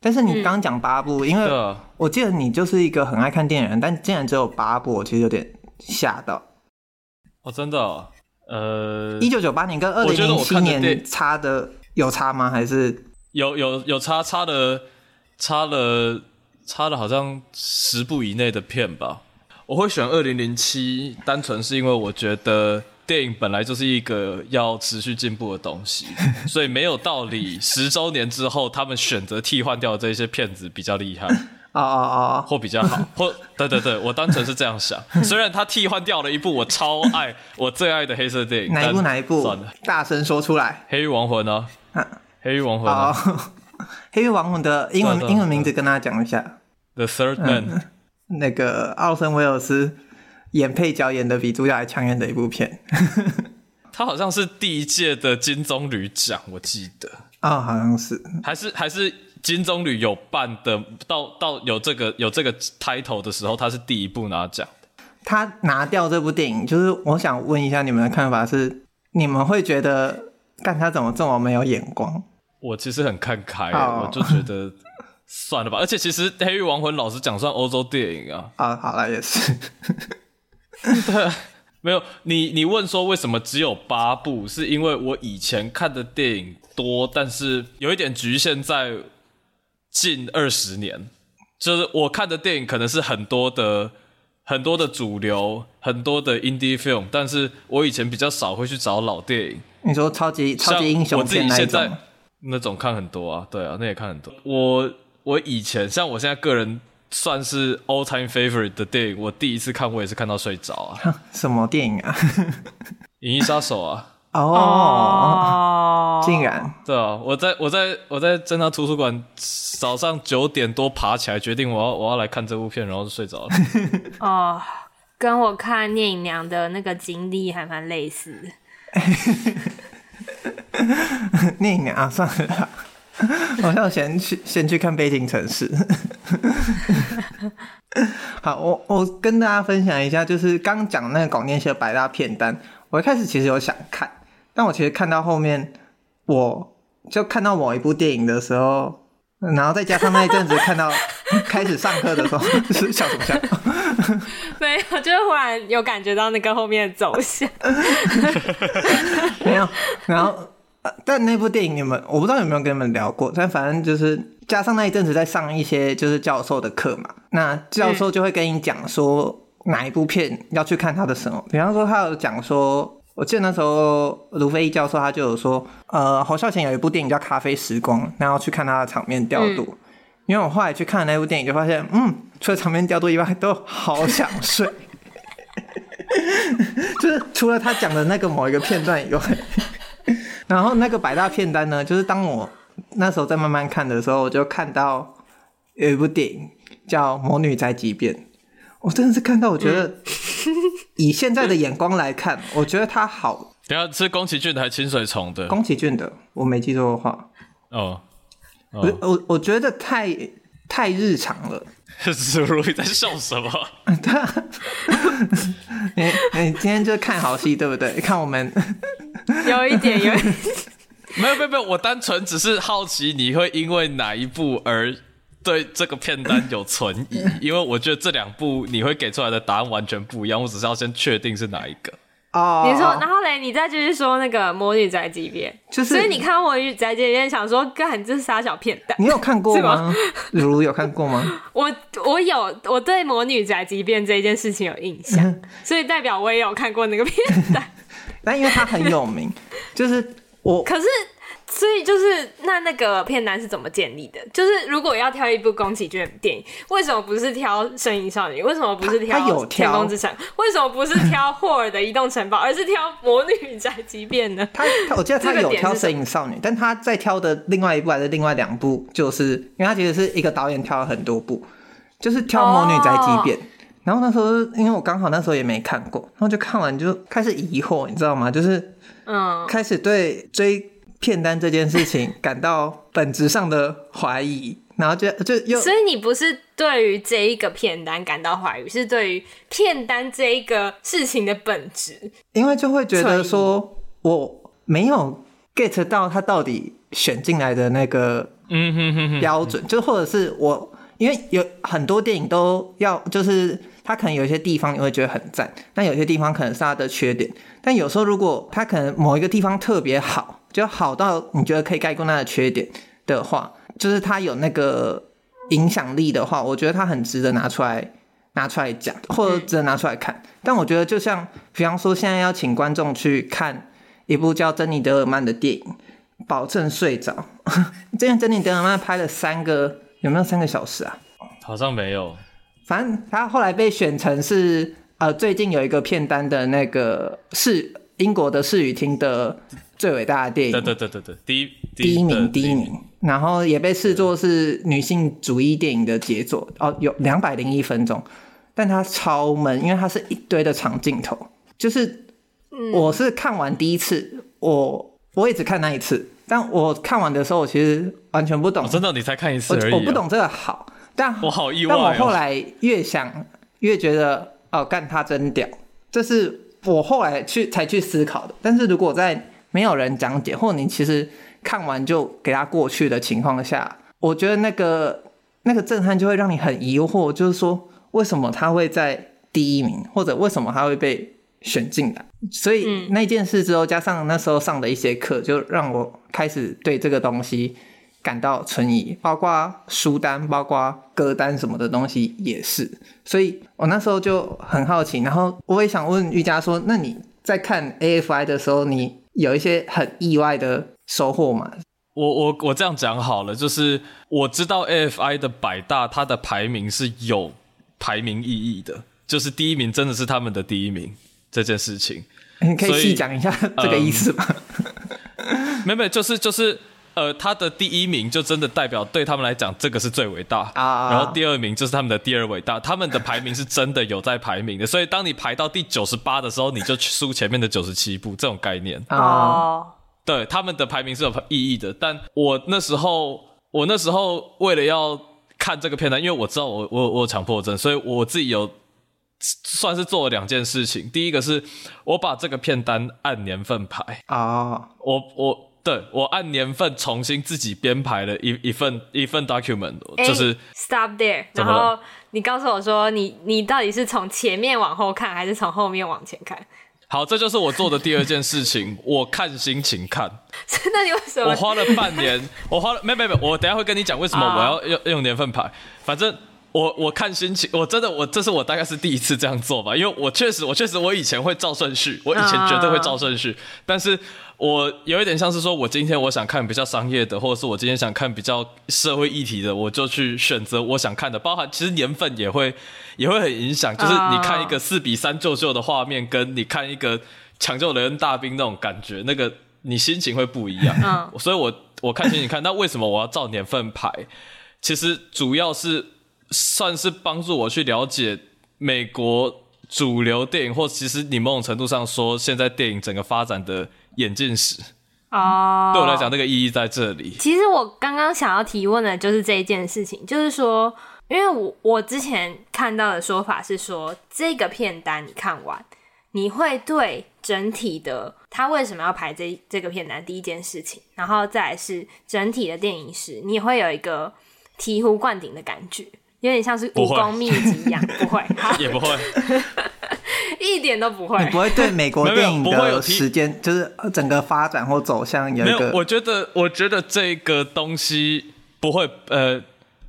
B: 但是你刚刚讲八部，因为
A: 对啊
B: 我记得你就是一个很爱看电影的人，但竟然只有八部，我其实有点吓到。
A: 哦真的哦、呃，
B: 一九九八年跟二
A: 我
B: 零
A: 觉得
B: 零
A: 我
B: 七
A: 看的
B: 年
A: 电
B: 差的有差吗？还是
A: 有有有差差了差了差了好像十部以内的片吧。我会选二零零七，单纯是因为我觉得电影本来就是一个要持续进步的东西， (laughs) 所以没有道理十周年之后他们选择替换掉的这些片子比较厉害
B: 哦哦哦，
A: 或比较好，或对对对，我单纯是这样
B: (laughs)
A: 想。虽然他替换掉了一部我超爱我最爱的黑色电影，
B: 哪一部
A: 但
B: 哪一部
A: 算了，？
B: 大声说出来。
A: 《黑狱亡魂》啊，
B: 啊
A: 《黑狱亡魂》
B: 好
A: 啊，，
B: (laughs) 黑狱亡魂的英
A: 对
B: 文
A: 对
B: 英文名字跟大家讲一下。
A: The Third Man》
B: 嗯那个奥森威尔斯演配角演的比主角还抢眼的一部片
A: 他好像是第一届的金棕榈奖，我记得，
B: 啊、好像是
A: 还是还是金棕榈有办的，到到有这个有这个 title 的时候，他是第一部拿奖的。
B: 他拿掉这部电影，就是我想问一下你们的看法是，你们会觉得干他怎么这么没有眼光？
A: 我其实很看开，
B: 哦
A: 我就觉得算了吧。而且其实《黑狱亡魂》老实讲算欧洲电影啊，
B: 啊，好了，也是， (laughs)
A: 没有你你问说为什么只有八部，是因为我以前看的电影多，但是有一点局限在近二十年，就是我看的电影可能是很多的很多的主流，很多的 indie film，但是我以前比较少会去找老电影，
B: 你说超级超级英
A: 像我
B: 雄
A: 自
B: 片
A: 己
B: 那一
A: 现
B: 种
A: 在，那种看很多啊，对啊，那也看很多。我我以前像我现在个人算是 all time favorite 的电影，我第一次看我也是看到睡着啊，《
B: 什么电影啊？
A: 银翼杀手》啊。
B: 哦，竟然 (laughs)
A: 对啊，我在我在我在正大图书馆早上九点多爬起来，决定我要我要来看这部片，然后就睡
B: (laughs)
A: 着了。
C: 哦，跟我看聂隐娘的那个经历还蛮类似的。
B: 电影啊，算了 (laughs) 啦，我要先去先去看《悲情城市》。 (laughs) 好，我我跟大家分享一下，就是刚讲那个广电系的百大片单，我一开始其实有想看，但我其实看到后面，我就看到某一部电影的时候，然后再加上那一阵子看到 (laughs) 开始上课的时候，是笑什么笑？
C: (laughs) 没有，就是忽然有感觉到那个后面的走向。 (laughs)
B: (laughs) 没有，然后。呃但那部电影你们我不知道有没有跟你们聊过，但反正就是加上那一阵子在上一些就是教授的课嘛，那教授就会跟你讲说哪一部片要去看他的什么，比方说他有讲说，我记得那时候卢飞一教授他就有说，呃，侯孝贤有一部电影叫《咖啡时光》，然后去看他的场面调度，因为我后来去看那部电影就发现，嗯，除了场面调度以外，都好想睡。就是除了他讲的那个某一个片段以外， (laughs) 然后那个百大片单呢，就是当我那时候在慢慢看的时候，我就看到有一部电影叫《魔女宅急便》，我真的是看到，我觉得 (laughs) 以现在的眼光来看，我觉得它好。
A: 等一下是宫崎骏的还是清水虫的？
B: 宫崎骏的，我没记错的话， (laughs)
A: 哦，
B: 我
A: 哦，
B: 我我觉得太太日常了。 (laughs)
A: 子如你在笑什么？
B: 你你今天就看好戏对不对？看我们
C: 有一点，有一点，
A: 没有没有没有，我单纯只是好奇你会因为哪一部而对这个片单有存
B: (laughs)
A: 疑，因为我觉得这两部你会给出来的答案完全不一样，我只是要先确定是哪一个。
B: 哦，
C: 你说，然后嘞，你再继续说那个《魔女宅急便》，
B: 就是
C: 所以你看《魔女宅急便》，想说，干，这是傻小片段。
B: 你有看过
C: 是吗
B: 吗？如有看过吗？ (laughs)
C: 我我有我对《魔女宅急便》这一件事情有印
B: (laughs)
C: 象，所以代表我也有看过那个片段。
B: 但因为它很有名，就是我
C: 可是，所以就是那那个片单是怎么建立的？就是如果要挑一部宫崎骏的电影，为什么不是挑《声音少女》？为什么不是
B: 他有
C: 《天
B: 挑
C: 空之城》？为什么不是挑霍尔的《移动城堡》，而是挑《魔女宅急便》呢？
B: 他他，我记得他
C: 这个
B: 有
C: 点
B: 挑《
C: 是什
B: 摄影少女》，但他在挑的另外一部还是另外两部，就是因为他其实是一个导演挑了很多部，就是挑《魔女宅急
C: 哦
B: 便》然后那时候因为我刚好那时候也没看过，然后就看完就开始疑惑，你知道吗？就是
C: 嗯，
B: 开始对追片单这件事情感到本质上的怀疑，然后就就又
C: 所以你不是对于这一个片单感到怀疑，是对于片单这一个事情的本质。
B: 因为就会觉得说我没有 get 到他到底选进来的那个
A: 嗯哼哼哼，
B: 标准，就或者是我，因为有很多电影都要，就是它可能有一些地方你会觉得很赞，但有些地方可能是它的缺点。但有时候如果它可能某一个地方特别好，就好到你觉得可以盖过它的缺点的话，就是它有那个影响力的话，我觉得它很值得拿出来。拿出来讲，或者值得拿出来看。但我觉得，就像比方说，现在要请观众去看一部叫《珍妮·德尔曼》的电影，保证睡着。之前珍妮·德尔曼拍了三个，有没有三个小时啊？
A: 好像没有。
B: 反正他后来被选成是呃，最近有一个片单的那个是英国的视语厅的最伟大的电
A: 对
B: 影，
A: 对对对对，第一
B: 第一名，
A: 对
B: 第一名。然后也被视作是女性主义电影的杰作哦，有两百零一分钟，但它超闷，因为它是一堆的长镜头。就是我是看完第一次，我我也只看那一次，但我看完的时候，我其实完全不懂
A: 我哦真的你才看一次
B: 我
A: 而已、啊
B: 我不，懂这个好，但
A: 我好意外
B: 但我
A: 哦
B: 后来越想越觉得，哦，干他真屌，这是我后来去才去思考的。但是如果在没有人讲解，或你其实看完就给他过去的情况下，我觉得那个那个震撼就会让你很疑惑，就是说为什么他会在第一名，或者为什么他会被选进来？所以那件事之后，加上那时候上的一些课，就让我开始对这个东西感到存疑，包括书单、包括歌单什么的东西也是。所以我那时候就很好奇，然后我也想问瑜伽说，那你在看 AFI 的时候，你有一些很意外的收获吗？
A: 我我我这样讲好了，就是我知道 AFI 的百大，它的排名是有排名意义的，就是第一名真的是他们的第一名这件事情。
B: 你可以
A: 所以
B: 细讲一下 (laughs) 这个意思吗？
A: 没有没有，就是就是呃，他的第一名就真的代表对他们来讲，这个是最伟大
B: 啊
A: 然后第二名就是他们的第二伟大，他们的排名是真的有在排名的。所以当你排到第九十八的时候，你就输前面的九十七步，这种概念。
C: 哦
B: 啊、
A: 对，他们的排名是有意义的。但我那时候，我那时候为了要看这个片段，因为我知道我我我有强迫症，所以我自己有算是做了两件事情。第一个是我把这个片单按年份排。
B: 哦，
A: 我我对我按年份重新自己编排了一 (laughs) 一份一份 document，
C: 哎
A: 就是。
C: stop there，
A: 怎
C: 然
A: 么了
C: 后你告诉我说你你到底是从前面往后看还是从后面往前看？ (laughs)
A: 好，这就是我做的第二件事情。我看心情看，
C: 那你为什
A: 我
C: 么？
A: 花了半年， (laughs) 我花了没没没，我等一下会跟你讲为什么
C: 啊
A: 我要用用年份牌。反正我我看心情，我真的我这是我大概是第一次这样做吧，因为我确实我确实我以前会照顺序，我以前绝对会照顺序，但是我有一点像是说，我今天我想看比较商业的，或者是我今天想看比较社会议题的，我就去选择我想看的，包含其实年份也会也会很影响，就是你看一个四比三救救的画面，跟你看一个抢救雷恩大兵那种感觉，那个你心情会不一样。
C: 嗯
A: 所以我我看心情看，那为什么我要照年份排？其实主要是算是帮助我去了解美国主流电影，或其实你某种程度上说，现在电影整个发展的演进史，
C: 哦，
A: 对我来讲，那个意义在这里。
C: 其实我刚刚想要提问的就是这一件事情，就是说，因为我我之前看到的说法是说，这个片单你看完，你会对整体的他为什么要排这这个片单第一件事情，然后再来是整体的电影史，你也会有一个醍醐灌顶的感觉，有点像是
A: 不
C: 武
A: 会
C: 功秘籍一样，
A: (laughs)
C: 不会，好
A: 也不会，
C: 一点都不会
B: 你。不会对美国
A: 哎没有
B: 电影
A: 不会有
B: 的
A: 提
B: 时间，就是呃整个发展或走向有
A: 没
B: 一
A: 有。
B: 个
A: 我觉得，我觉得这个东西不会，呃，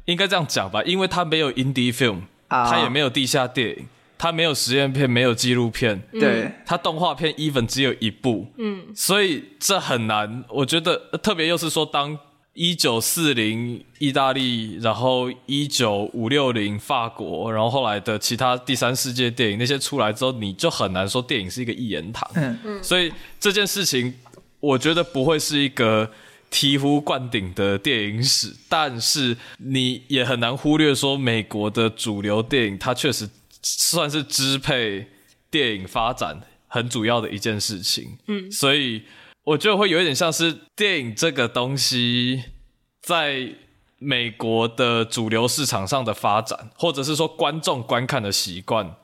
A: 应该这样讲吧，因为它没有 indie film，
B: 啊
A: 它也没有地下电影，它没有实验片，没有纪录片，
B: 对
A: 它动画片 even 只有一部，嗯，所以这很难。我觉得，呃特别又是说，当一九四零意大利，然后一九五六零法国，然后后来的其他第三世界电影那些出来之后，你就很难说电影是一个一言堂，
B: 嗯
A: 所以这件事情，我觉得不会是一个醍醐灌顶的电影史，但是你也很难忽略说，美国的主流电影它确实算是支配电影发展很主要的一件事情。嗯，所以我觉得会有一点像是电影这个东西在。美国的主流市场上的发展，或者是说观众观看的习惯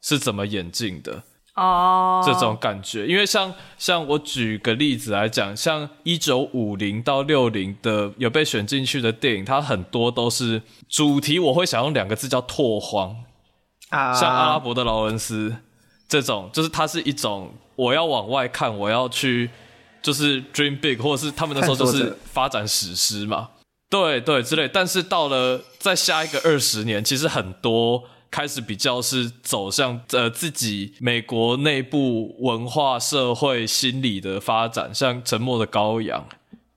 A: 是怎么演进的？
C: 哦，
A: 这种感觉。因为像像我举个例子来讲，像一九五零到六零的有被选进去的电影，它很多都是主题，我会想用两个字叫拓荒，
B: 啊，
A: 像阿拉伯的劳伦斯这种，就是它是一种我要往外看，我要去就是 dream big，或者是他们那时候就
B: 探索
A: 是
B: 者
A: 发展史诗嘛，对对之类。但是到了在下一个二十年，其实很多开始比较是走向呃自己美国内部文化、社会、心理的发展，像《沉默的羔羊》。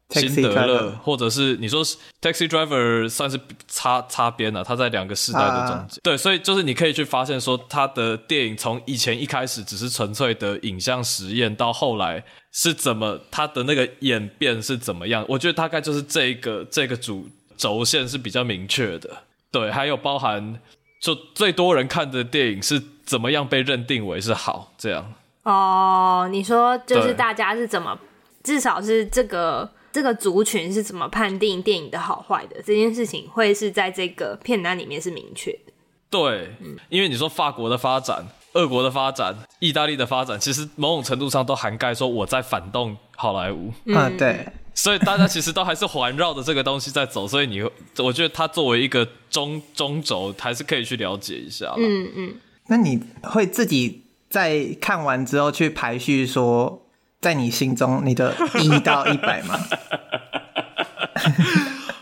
B: Taxi
A: 辛德勒
B: Driver，
A: 或者是你说是 Taxi Driver 算是擦擦边啊了、他在两个世代的中
B: 啊
A: 间。对，所以就是你可以去发现说，他的电影从以前一开始只是纯粹的影像实验，到后来是怎么他的那个演变是怎么样？我觉得大概就是这一个这个主轴线是比较明确的。对，还有包含就最多人看的电影是怎么样被认定为是好这样。
C: 哦，你说就是
A: 对
C: 大家是怎么，至少是这个这个族群是怎么判定电影的好坏的这件事情，会是在这个片单里面是明确的。
A: 对，
B: 嗯
A: 因为你说法国的发展、俄国的发展、意大利的发展，其实某种程度上都涵盖说我在反动好莱坞，
B: 嗯对，
A: 所以大家其实都还是环绕着这个东西在走，所以你我觉得它作为一个中中轴，还是可以去了解一下啦。
C: 嗯嗯，
B: 那你会自己在看完之后去排序说，在你心中你的一到一百吗？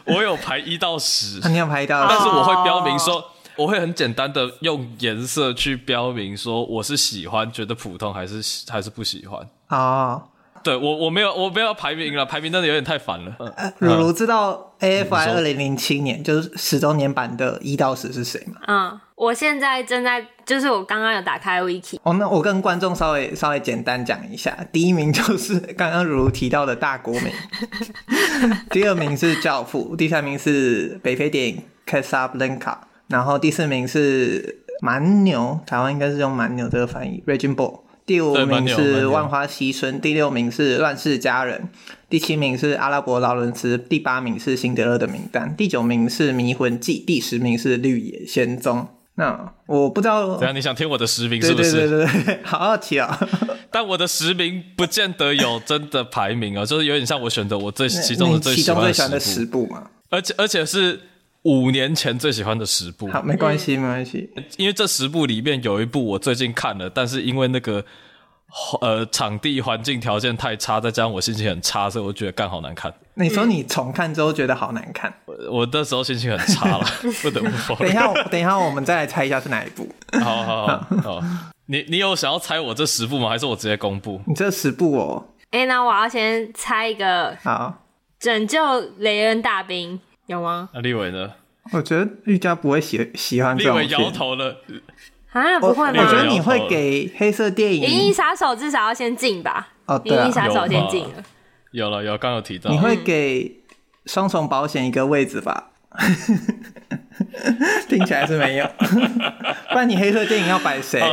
A: 我有排一到十，
B: 那你有排到？
A: 但是我会
B: 啊
A: 标明说，我会很简单的用颜色去标明说我是喜欢，觉得普通还是还是不喜欢。
B: 哦，
A: 对我我没有我没有要排名了，排名真的有点太烦了。
B: 呃如如知道 AFI 二
A: 你
B: 零零七年就是十周年版的一到十是谁吗？
C: 嗯，我现在正在，就是我刚刚有打开 wiki，
B: 哦，那我跟观众稍微稍微简单讲一下，第一名就是 (laughs) 刚刚如如提到的大国民，第二名是教父，第三名是北非电影《Casablanca》，然后第四名是蛮牛，台湾应该是用蛮牛这个翻译 r e g i n Ball。第五
A: 对蛮
B: 名
A: 牛蛮
B: 是
A: 牛
B: 万花嬉春，第六名是乱世佳人，第七名是阿拉伯劳伦斯，第八名是辛德勒的名单，第九名是迷魂记，第十名是绿野仙踪。那我不知道
A: 怎样？你想听我的实名
B: 对
A: 是不
B: 对
A: 是？
B: 对对对，好好奇哦。
A: 但我的实名不见得有真的排名啊，就是有点像我选择我最
B: 那
A: 其中的
B: 你
A: 最
B: 其
A: 喜
B: 中
A: 欢
B: 最
A: 的
B: 喜欢的
A: 十
B: 十
A: 部，
B: 部嘛。
A: 而且而且是五年前最喜欢的十部。
B: 好，没关系，没关系。
A: 因为这十部里面有一部我最近看了，但是因为那个呃场地环境条件太差，再加上我心情很差，所以我觉得干好难看。
B: 你说你重看之后觉得好难看，
A: 我我那时候心情很
B: (laughs)
A: 差了，不得不否
B: 等一
A: 认。
B: 下我，等一下我们再来猜一下是哪一部。
A: 好好好好，你你有想要猜我这十部吗？还是我直接公布？
B: 你这十部哦，
C: 哎、那我要先猜一个
B: 好，
C: 拯救雷恩大兵，有吗？
A: 那立伟呢？
B: 我觉得玉佳不会喜喜欢这
A: 立
B: 种
A: 伟
B: 片。
A: 摇头了。
C: 啊，
B: 我
C: 不会
B: 我觉得
C: 吗？
B: 哦你会给黑色电
C: 银翼
B: 影
C: 杀手至少要先进吧？
B: 哦，
C: 银
B: 对啊
C: 翼，杀手先进
A: 有有
C: 了，
A: 了，有刚有提到
B: 你，会给双重保险一个位置吧？听起来是没有，不然你黑色电影要摆谁？
A: 呃，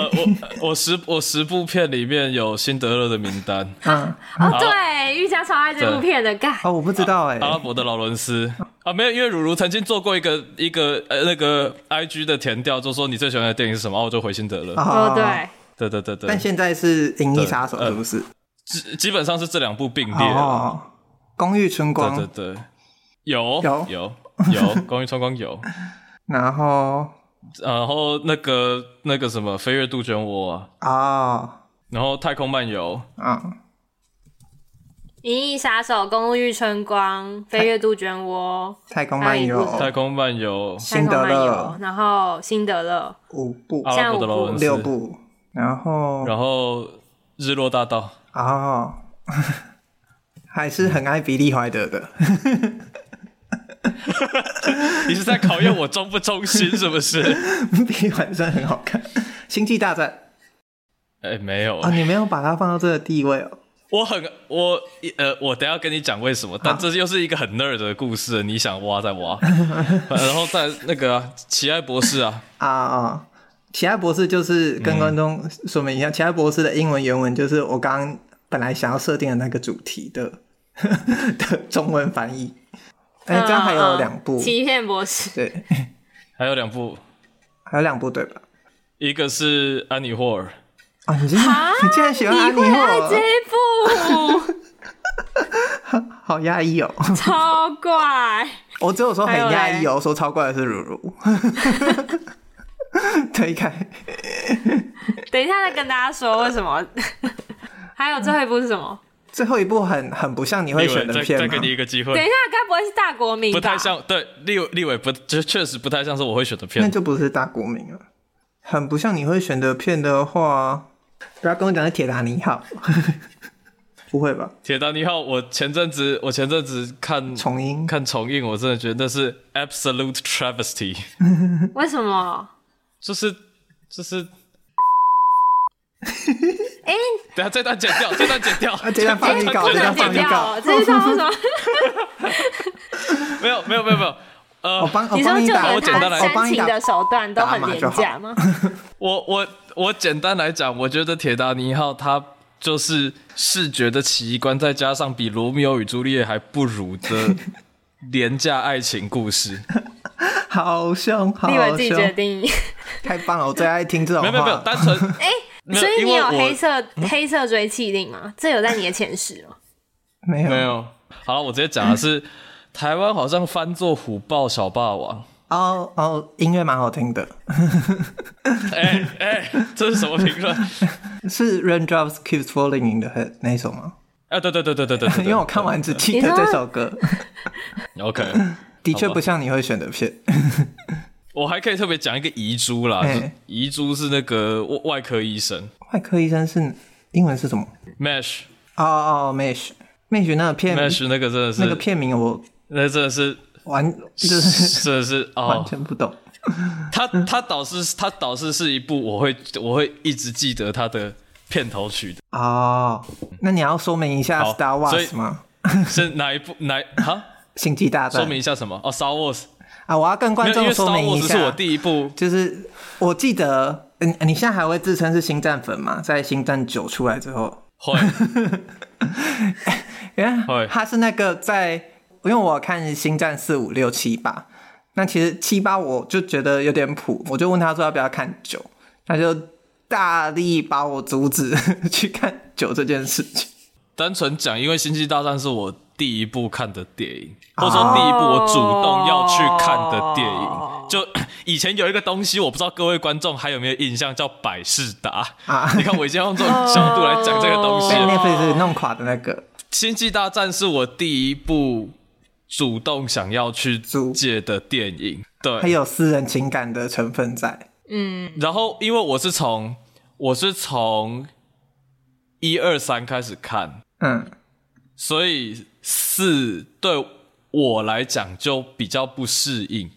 A: 我我十我十部片里面有《辛德勒的名单》《
B: 嗯，
C: 哦，对，玉佳超爱这部片的，干，
B: 哦，我不知道哎、
A: 阿拉伯的劳伦斯》啊，没有，因为汝如曾经做过一个一个呃那个 I G 的填调，就说你最喜欢的电影是什么，啊、我就回辛德勒。
B: 啊
C: 哦，对，
A: 对对对对
B: 但，现在是《银翼杀手
A: 对》呃
B: 是不是？
A: 基基本上是这两部并列了。
B: 哦，《公寓春光》
A: 对对对，有
B: 有
A: 有有，《光遇春光》有，
B: 然后
A: 然后那个那个什么《飞跃杜鹃窝》啊，
B: 哦，
A: 然后《太空漫游》
B: 嗯，
C: 银翼杀手、公寓春光、飞跃杜鹃窝，
B: 太空漫游
C: 还有一部
A: 《
C: 哦
A: 太空漫游》《
B: 辛德
C: 太空漫游
B: 勒
C: 然后辛德勒，
B: 五部
A: 阿
C: 现
A: 拉
C: 在
A: 伯的劳伦斯》
B: 六，部，然后
A: 然后《日落大道》。
B: 哦， (laughs) 还是很爱比利怀德的， (laughs)
A: (laughs) 你是在考验我忠不忠心是不是？
B: 比利怀德很好看，《星际大战
A: (laughs) 哎、没有，》
B: 啊、你没有把它放到这个地位哦。
A: 我很我呃，我等一下跟你讲为
B: 啊
A: 什么，但这又是一个很 nerd 的故事，你想挖再
B: (laughs)
A: 挖，然后再那个啊奇爱博士啊，
B: 啊啊！奇爱博士就是跟观众说明一下，奇爱博士的英文原文就是我刚刚本来想要设定的那个主题的 (laughs) 的中文翻译。哎、这样还有两部，
C: 嗯欺骗博士，
B: 对，
A: 还有两部，
B: 还有两部对吧？
A: 一个是安妮霍尔，
B: 啊，你竟然啊你竟然喜欢安妮
C: 你会爱
B: 霍
C: 这
B: 尔，
C: 一部， (laughs)
B: 好压抑哦！
C: 超怪。
B: 我只有说很压
C: 还
B: 抑
C: 有
B: 哦，说超怪的是如如， (laughs) 推开
C: 等一下再跟大家说为什么。 (laughs) 还有最后一部是什么？
B: 最后一部很很不像你会
A: 立伟
B: 选的
A: 再
B: 片
A: 再
B: 吗
A: 给？你一个机
C: 等一
A: 会，
C: 下，该不会是大国民吧？
A: 不太像，对立立伟不就确实不太像是我会选的
B: 那
A: 片，
B: 就不是大国民了。很不像你会选的片的话，不要跟我讲是铁达尼号， (laughs) 不会吧？
A: 《铁达尼号》，我前阵子我前阵子看
B: 重音
A: 看重映，我真的觉得那是 absolute travesty，
C: 为什么？
A: 就是
C: (laughs)
A: 就是。哎、等下这段剪掉，这段剪掉，
B: 啊这段放预告
C: 哎这
A: 这段
B: 段
C: 能
B: 放
C: 剪
B: 预告
C: 掉哦，这一段为什么？
A: 没有没有没有没有，
B: 我
A: 呃，
B: 帮我
C: 你说
B: 哦帮你
C: 就
B: 打，
A: 我
C: 连
A: 简单
C: 他
A: 来
B: 我帮
C: 煽
B: 你
C: 情
B: 打
C: (laughs) 的手段都很廉
B: (laughs)
C: 价吗？
A: 我我我简单来讲，我觉得《铁达尼号》它就是视觉的奇观，再加上比《罗密欧与朱丽叶》还不如的廉价爱情故
B: (laughs)
A: 事。
B: 好凶好
C: 立伟自己决
B: 凶，
C: 定。
B: 太棒了！我最爱听这种
A: 没有没有没有，
B: 话。
A: 单纯
C: 哎，
A: 没有
C: 所以
A: 因
C: 你
A: 为
C: 有
A: 我嗯
C: 黑色黑色追气令吗？这有在你的前十吗？ (laughs)
B: 没有
A: 没有。好了，我直接讲的啊是，台湾好像翻作《虎豹小霸王
B: 哦哦，音乐蛮好听的，》
A: 哎哎，这是什么评论？
B: 是 Raindrops Keeps Falling in the Head 那一首吗？
A: 啊，对对对对对对对对，
B: (laughs) 因为我看完只记
C: 你
B: 得
C: 说
B: 这首歌， (laughs)
A: OK，
B: 的确不像你会选的片。 (laughs)
A: 我还可以特别讲一个遗珠啦，
B: 哎
A: 就遗珠是那个外外科医生
B: 外科医生是英文是什么？
A: Mesh。
B: 哦哦，Mesh Mesh 那个片
A: Mesh 那个真的是，
B: 那
A: 那
B: 个片名我
A: 真的是，
B: 完就是
A: 真的是
B: 完
A: 哦，
B: 全不懂。
A: 他他导师他导师是一部我会我会一直记得他的片头曲
B: (laughs)
A: 的，
B: 哦，那你要说明一下
A: 好
B: Star
A: 所以
B: Wars 吗？
A: 是哪一部哪哈？
B: 星际大战
A: 说明一下什么？哦，Star Wars，
B: 啊，我要跟
A: 没
B: 观
A: 有因
B: 众
A: 为
B: 说
A: Star
B: 明一
A: Wars 是我
B: 下，
A: 第一部，
B: 就是我记得你你现在还会自称是星战粉吗？在星战九出来之后，
A: 会
B: 原来
A: 会
B: 他是那个在，因为我有看星战四五六七八，那其实七八我就觉得有点普，我就问他说要不要看九，他就大力把我阻止 (laughs) 去看酒这件事情。
A: 单纯讲，因为《星际大战》是我第一部看的电影，
B: 哦
A: 或者说第一部我主动要去看的电影。
C: 哦
A: 就 (clears throat) 以前有一个东西，我不知道各位观众还有没有印象，叫百事达。
B: 啊
A: 你看，我已经用这种角度来讲这个东
B: (laughs)
A: 西
B: 被
A: 了。
C: 哦
B: Netflix 弄垮的那个，
A: 星际大战》是我第一部主动想要去
B: 租
A: 借的电影。
B: 还
A: 对，
B: 有私人情感的成分在。
A: 然后因为我是从我是从一二三开始看，
B: 嗯，
A: 所以四对我来讲就比较不适应。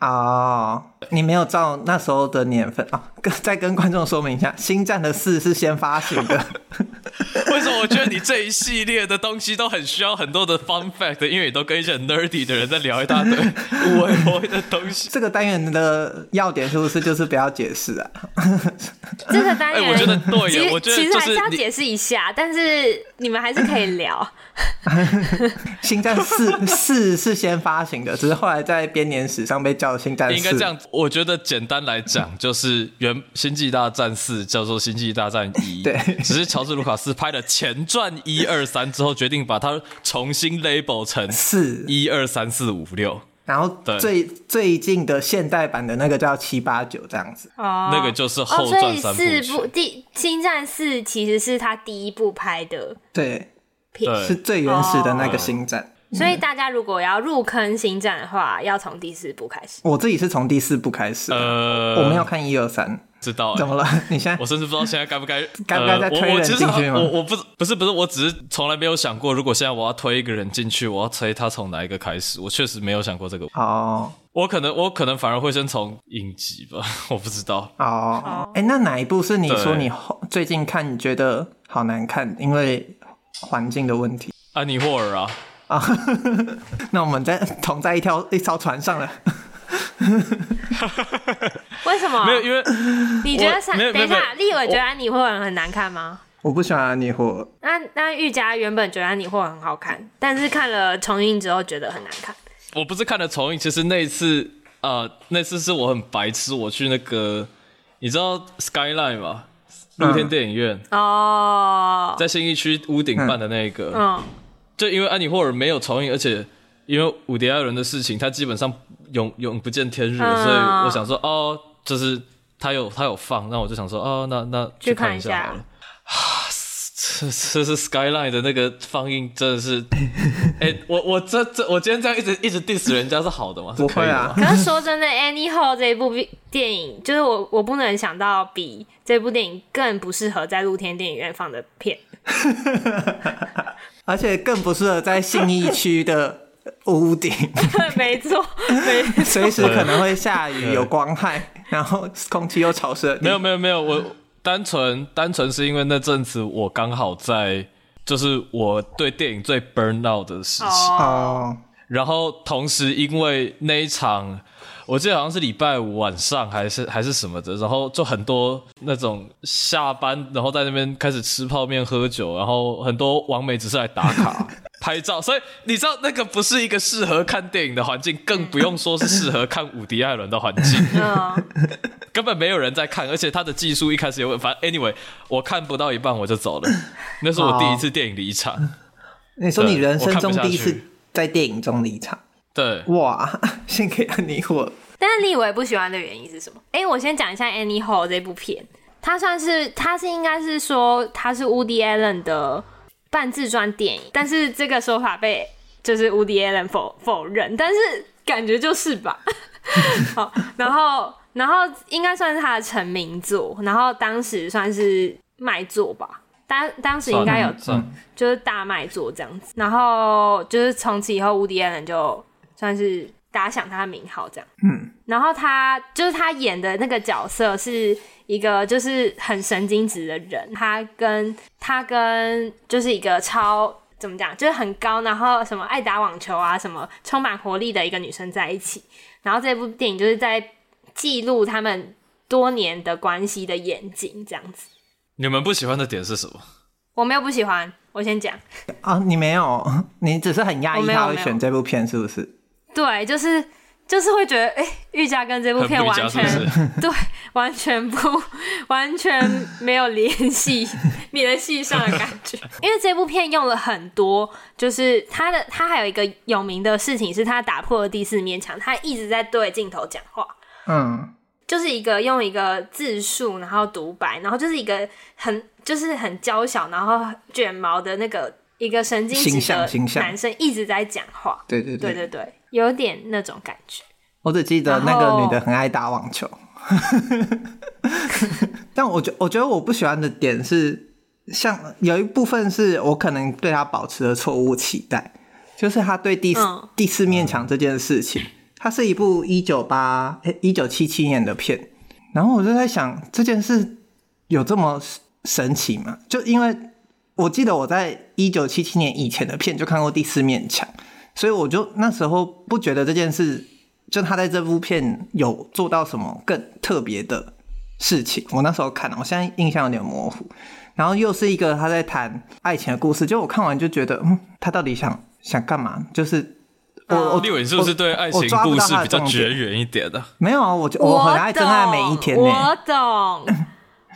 B: 哦，你没有照那时候的年份啊、哦。跟再跟观众说明一下，《星战》的四是先发行的， (laughs)
A: 为什么我觉得你这一系列的东西都很需要很多的 fun fact？因为你都跟一些很 nerdy 的人在聊一大
B: (laughs)
A: 堆无为不为的东西。
B: 这个单元的要点是不是就是不要解释啊？
C: 这个单
A: 哎、
C: 元，
A: 我觉得对
C: 其
A: 耶，
C: 实
A: 我觉得
C: 其实
A: 就
C: 还
A: 是
C: 是要
A: 你
C: 解释一下，但是你们还是可以
A: (laughs)
C: 聊。哦
B: 《星战四》四是先发行的，只是后来在编年史上被叫《星战四》。
A: 应该这样，我觉得简单来讲，就是原《星际大战四》叫做《星际大战一》，
B: 对
A: 只是乔治卢卡斯拍了前传一二三之后，决定把它重新 label 成
B: 四，
A: 一二三四五六，
B: 然后
A: 对
B: 最最近的现代版的那个叫七八九这样子。
C: 哦
A: 那个就是
C: 哦，
A: 后
C: 所
A: 传
C: 以
A: 三
C: 四
A: 部
C: 部
A: 曲。
C: 第《星战四》其实是他第一部拍的
B: 对，
C: 片，
A: 对呃
B: 是最原始的那个星战。
A: 嗯
C: 所以大家如果要入坑《星战》的话，要从第四部开始。
B: 我自己是从第四部开始的，
A: 呃，
B: 我没有看一二三，
A: 知道、
B: 怎么了？ (laughs) 你现在
A: 我甚至不知道现在该不
B: (laughs)
A: 该
B: 该不该再推人
A: 呃、我我其实
B: 进去吗
A: 我我不不是不是，我只是从来没有想过，如果现在我要推一个人进去，我要推他从哪一个开始，我确实没有想过这个。
B: 哦
A: 我可能我可能反而会先从影集吧，我不知道。
B: 哦，哎、那哪一部是你
A: 对
B: 说你后最近看你觉得好难看，因为环境的问题
A: 安妮霍尔啊，
B: 啊？ (laughs) 那我们在同在一条一艘
A: (laughs)
B: 船上了。
C: 为什么？
A: 啊没有，因为
C: 你觉得
A: 我
C: 三？
A: 没有
C: 等一
A: 没有
C: 下，立伟觉得安妮霍尔很难看吗？
B: 我不喜欢安妮霍
C: 那那玉佳原本觉得安妮霍尔很好看，但是看了重映之后觉得很难看。
A: 我不是看了重映，其实那一次呃，那次是我很白痴，我去那个你知道 Skyline 吗？露
B: 嗯
A: 天电影院、
C: 哦，
A: 在新一区屋顶办的那个，
C: 嗯，
A: 就因为安妮霍尔没有重映，而且因为伍迪·艾伦的事情，他基本上永永不见天日，
C: 嗯
A: 所以我想说，哦，就是他有他有放，那我就想说，哦，那那
C: 去
A: 看
C: 看一
A: 下
C: 下
A: 好了。啊这这是 Skyline 的那个放映，真的是，哎、我我这这我今天这样一直一直 diss 人家是好的吗？
B: 不会啊
A: 是可以的吗
C: 可是说真的，《Annie Hall》这一部电影，就是我我不能想到比这部电影更不适合在露天电影院放的片。 (laughs)
B: 而且更不适合在信义区的
A: (laughs)
B: 屋顶，
C: 没错，没
B: (laughs) 随时可能会下雨、有光害，然后空气又潮湿的地。
A: 没有没有没有，我单纯单纯是因为那阵子我刚好在，就是我对电影最 burn out 的时期。
C: 哦，
B: 哦，
A: 然后同时因为那一场，我记得好像是礼拜五晚上还是还是什么的，然后就很多那种下班然后在那边开始吃泡面喝酒，然后很多网美只是来打卡拍照，所以你知道那个不是一个适合看电影的环境，更不用说是适合看伍迪·艾伦的环境。 (laughs)
C: 嗯，
A: 根本没有人在看，而且他的技术一开始也问，反正 anyway，我看不到一半我就走了，那是我第一次电影离场。
B: 你说你人生
A: 对
B: 中
A: 我看不下
B: 第
A: 去
B: 一次在电影中离场，
A: 对，
B: 哇！ (laughs) 献给安妮霍尔
C: 但是立伟不喜欢的原因是什么？哎、我先讲一下《Annie Hall》这部片，它算是它是应该是说它是 Woody Allen 的半自传电影，但是这个说法被就是 Woody Allen 否否认，但是感觉就是吧。好，然后然后应该算是他的成名作，然后当时算是卖座吧，当当时应该有
A: 算了
C: 就是大卖座这样子。然后就是从此以后，无敌艾伦就算是打响他的名号这样。
B: 嗯，
C: 然后他就是他演的那个角色是一个就是很神经质的人，他跟他跟就是一个超。怎么讲？就是很高，然后什么爱打网球啊，什么充满活力的一个女生在一起。然后这部电影就是在记录他们多年的关系的演进，这样子。
A: 你们不喜欢的点是什么？
C: 我没有不喜欢，我先讲。
B: 哦啊，你没有，你只是很压 (laughs)
C: 我
B: 抑
C: 哦没有
B: 他会
C: 没有
B: 选这部片，是不是？
C: 对，就是就是会觉得，哎、玉佳跟这部
A: 很
C: 片
A: 不理
C: 完
A: 解是
C: 全
A: 不是？
C: 对，完全不，完全没有联系， (laughs) 联系上的感觉。因为这部片用了很多，就是他的他还有一个有名的事情是他打破了第四面墙，他一直在对镜头讲话。
B: 嗯，
C: 就是一个用一个字数，然后独白，然后就是一个很就是很娇小，然后卷毛的那个一个神经
B: 形
C: 质
B: 象
C: 的
B: 形象
C: 男生一直在讲话，
B: 对对对，
C: 对对对，有点那种感觉。
B: 我只记得
C: 然
B: 那个女的
C: 后
B: 很爱打网
C: (laughs)
B: 球，但我觉我觉得我不喜欢的点是，像有一部分是我可能对她保持了错误期待，就是她对第四、
C: 嗯
B: 第四面墙这件事情，它是一部一九八一九七七年的片，然后我就在想这件事有这么神奇吗？就因为我记得我在一九七七年以前的片就看过第四面墙，所以我就那时候不觉得这件事，就他在这部片有做到什么更特别的事情。我那时候看了，我现在印象有点模糊。然后又是一个他在谈爱情的故事，就我看完就觉得，嗯，他到底想想干嘛？就是 (laughs) 我
A: (laughs)
B: 我
A: 立伟是不是对爱情
B: 我抓不
A: 故
B: 到
A: 事
B: 他的
A: 比较
B: 重点
A: 绝缘一点的、 (laughs)
B: 没有啊？我就我很爱真爱每一天呢、
C: 我懂，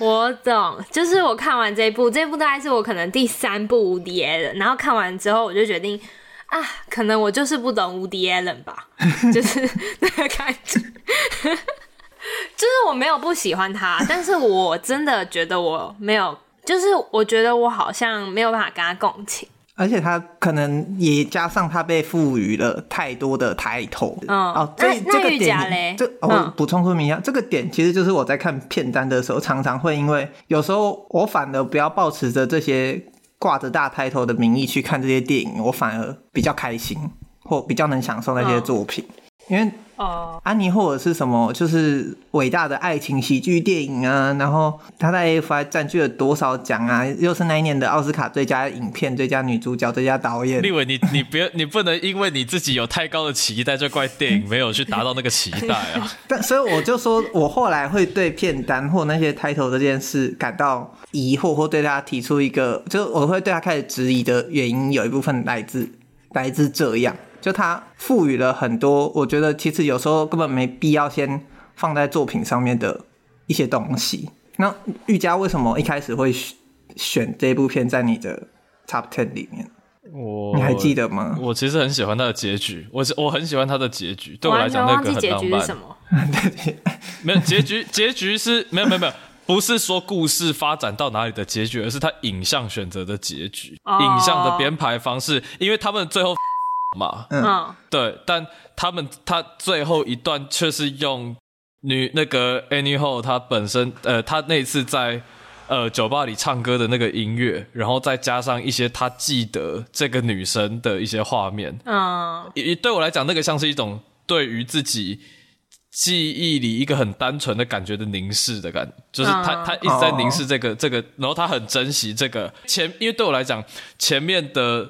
C: 我懂，就是我看完这一部，这一部大概是我可能第三部无敌 Allen，然后看完之后我就决定。啊，可能我就是不懂无敌 Allen
B: (laughs)
C: 吧，就是那个感觉， (laughs) 就是我没有不喜欢他，但是我真的觉得我没有，就是我觉得我好像没有办法跟他共情。
B: 而且他可能也加上他被赋予了太多的抬头。
C: 嗯
B: 哦，这
C: 那
B: 这
C: 那
B: 个
C: 玉甲嘞
B: 点，这哦
C: 嗯
B: 我补充说明一下，这个点其实就是我在看片单的时候，常常会因为有时候我反而不要抱持着这些挂着大抬头的名义去看这些电影，我反而比较开心，或比较能享受那些
C: 嗯
B: 作品，因为
C: 哦，
B: 安妮啊或者是什么，就是伟大的爱情喜剧电影啊，然后她在 AFI 占据了多少奖啊？又是那一年的奥斯卡最佳影片、最佳女主角、最佳导演。
A: 立伟，你你别你不能因为你自己有太高的期待，就怪电影没有去达到那个期待
C: (laughs)
A: 啊！
B: 但所以我就说，我后来会对片单或那些 title 这件事感到疑惑，或对他提出一个，就我会对他开始质疑的原因，有一部分来自来自这样，就他赋予了很多，我觉得其实有时候根本没必要先放在作品上面的一些东西。那玉佳为什么一开始会选选这部片在你的 top ten 里面？
A: 我
B: 你还记得吗？
A: 我其实很喜欢他的结局，我是我很喜欢他的结局，对
C: 我
A: 我
C: 完
A: 来
C: 全
A: 讲那
C: 忘
A: 个
C: 记
A: 很
C: 结
A: 浪
C: 局是什
A: 漫。
C: 么。
B: (laughs)
A: 没有结局， (laughs) 结局是没有没有没有，不是说故事发展到哪里的结局，而是他影像选择的结局，
C: 哦
A: 影像的编排方式，因为他们最后 (laughs) 嘛，
B: 嗯
C: 嗯，
A: 对，但他们他最后一段却是用女那个 Annie Ho 她本身呃，她那次在呃酒吧里唱歌的那个音乐，然后再加上一些她记得这个女生的一些画面，
C: 嗯，
A: 也也对我来讲，那个像是一种对于自己记忆里一个很单纯的感觉的凝视的感就是他、
C: 嗯
A: 他一直在凝视这个、这个，然后他很珍惜这个前，因为对我来讲，前面的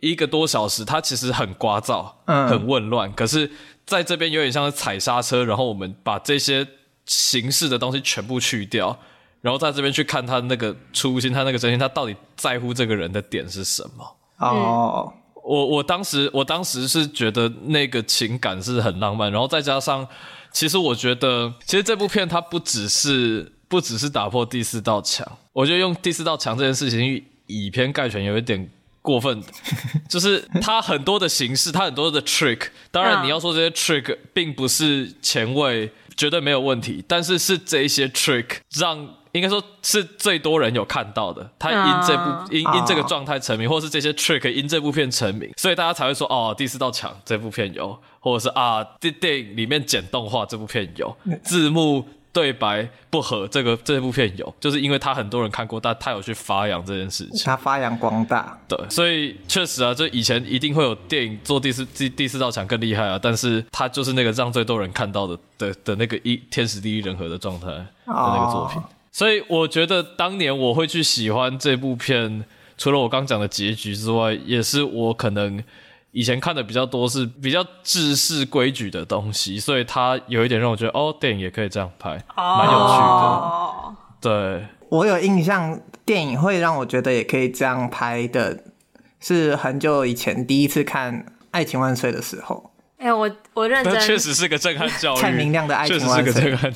A: 一个多小时他其实很聒噪，
B: 嗯
A: 很混乱，可是在这边有点像是踩刹车，然后我们把这些形式的东西全部去掉。然后在这边去看他那个初心，他那个真心，他到底在乎这个人的点是什么？
B: 哦，
A: 我我当时我当时是觉得那个情感是很浪漫，然后再加上，其实我觉得，其实这部片它不只是不只是打破第四道墙，我觉得用第四道墙这件事情以偏概全有一点过分， (laughs) 就是它很多的形式，它很多的 trick，当然
C: 嗯
A: 你要说这些 trick 并不是前卫，绝对没有问题，但是是这一些 trick 让。应该说是最多人有看到的，他因这
C: 嗯
A: 部因因这个
B: 哦
A: 状态成名，或是这些 trick 因这部片成名，所以大家才会说哦，第四道墙这部片有，或者是啊，电电影里面剪动画这部片有，字幕对白不合这个这部片有，就是因为他很多人看过，但他有去发扬这件事情。
B: 他发扬光大。
A: 对，所以确实啊，就以前一定会有电影做第四第第四道墙更厉害啊，但是他就是那个让最多人看到的的的那个一天时地利人和的状态的那个作品。
B: 哦
A: 所以我觉得当年我会去喜欢这部片，除了我刚讲的结局之外，也是我可能以前看的比较多是比较制式规矩的东西，所以它有一点让我觉得哦，电影也可以这样拍，
B: 哦
A: 蛮有趣的。
C: 哦，
A: 对，
B: 我有印象，电影会让我觉得也可以这样拍的，是很久以前第一次看《爱情万岁》的时候， (laughs)
C: 哎、我我认
A: 那 (laughs) 确
C: 真，
A: 实是个震撼教育。
B: 蔡明亮的爱情
A: 确实是个
B: 万岁
A: 震撼。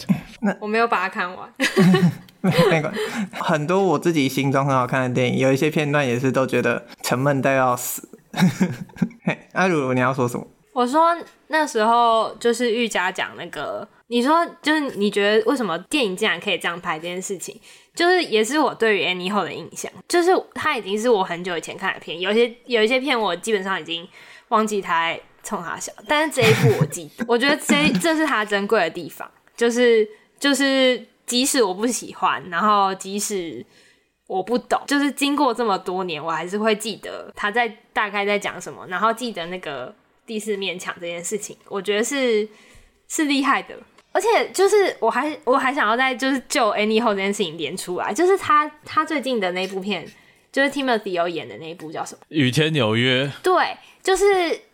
C: 我没有把它看完。
B: 那个很多我自己心中很好看的电影，有一些片段也是都觉得沉闷到要死。 (laughs) 嘿阿鲁鲁，你要说什么？
C: 我说那时候就是玉佳讲那个，你说就是你觉得为什么电影竟然可以这样拍这件事情，就是也是我对于 Annie 后的印象，就是它已经是我很久以前看的片，有一些有一些片我基本上已经忘记它在冲它笑，但是这一部我记得， (laughs) 我觉得这这是它珍贵的地方，就是就是即使我不喜欢，然后即使我不懂，就是经过这么多年，我还是会记得他在大概在讲什么，然后记得那个第四面墙这件事情，我觉得是是厉害的。而且就是我还我还想要再就是就 Any 后这件事情连出来，就是他他最近的那部片，就是 Timothy 有演的那一部叫什么？
A: 雨天纽约，
C: 对，就是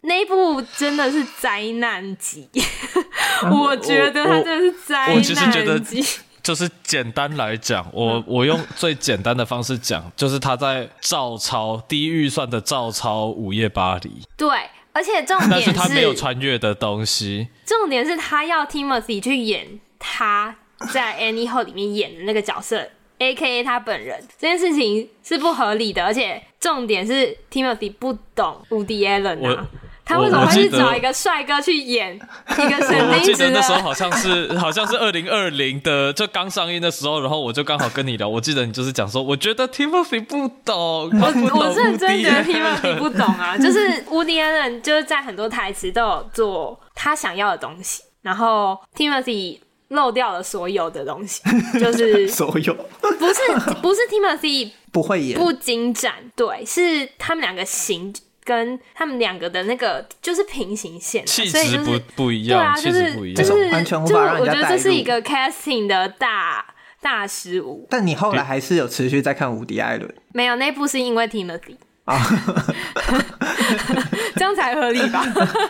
C: 那一部真的是灾难级， (laughs) 我觉得他真的是灾
A: 嗯我其实觉得
C: 难级。
A: 就是简单来讲，
C: 嗯
A: 我我用最简单的方式讲， (laughs) 就是他在照抄低预算的照抄《午夜巴黎》，
C: 对，而且重
A: 但
C: 点
A: 是他没有穿越的东
C: (laughs)
A: 西。
C: 重点是他要 Timothy 去演他在 Annie Hall 里面演的那个角色，A K A 他本人，这件事情是不合理的，而且重点是 Timothy 不懂 Woody Allen 啊
A: 我，
C: 他为什么
A: 我
C: 会
A: 记
C: 去
A: 得
C: 找一个帅哥去演一个神
A: 我记
C: 经
A: 得
C: 质
A: 那时候
C: 的？
A: 好像是 (laughs) 好像是二零二零的，就刚上映的时候，然后我就刚好跟你聊，我记得你就是讲说，我觉得 Timothy 不懂，他不懂
C: (laughs) 我认真觉得
A: Woody
C: Timothy
A: Allen
C: 不懂
A: (laughs)
C: 啊，就是 Woody Allen 就是在很多台词都有做他想要的东西，然后 Timothy 漏掉了所有的东西，
A: (laughs)
C: 就
B: (laughs)
C: 是
B: 所有
C: 不是不是 Timothy
B: 不会演，
C: 不精湛，对，是他们两个形跟他们两个的那个就是平行线啊、
A: 气
C: 所以
A: 质
C: 就
A: 不
C: 是
A: 不一
C: 对啊，
A: 样，
C: 就
A: 气
C: 是
A: 质不一
C: 就
A: 样。
C: 是
B: 完全无
C: 就是
B: 法让人
C: 我觉
B: 家
C: 得
B: 代
C: 这是一
B: 入
C: 个 casting 的大大失误，
B: 但你后来还是有持续在看伍迪·艾伦
C: 没有那部是因为 Timothy，
B: 啊，
C: (laughs) 这样才合理吧？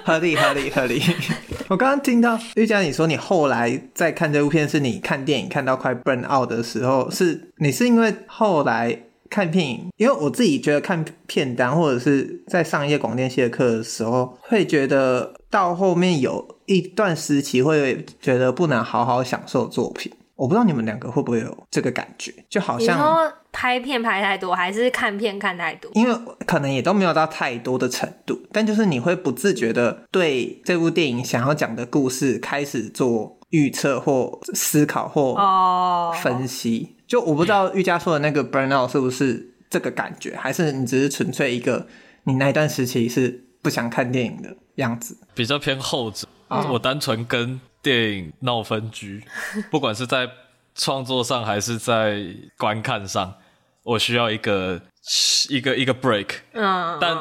B: 合理合理合理。 (laughs) 我刚刚听到玉佳你说你后来在看这部片，是你看电影看到快 burn out 的时候，是你是因为后来看片影，因为我自己觉得看片单或者是在上一些广电系的课的时候，会觉得到后面有一段时期会觉得不能好好享受作品。我不知道你们两个会不会有这个感觉，就 (laughs) 好
C: 你
B: 像
C: 说拍片拍太多，还是看片看太多？
B: 因为可能也都没有到太多的程度，但就是你会不自觉的对这部电影想要讲的故事开始做预测或思考或
C: 哦，
B: 分析。就我不知道玉佳说的那个 burnout 是不是这个感觉，还是你只是纯粹一个你那一段时期是不想看电影的样子。
A: 比较偏后者。我单纯跟电影闹分居，不管是在创作上还是在观看上，我需要一个一个一个 break。
C: 嗯，
A: 但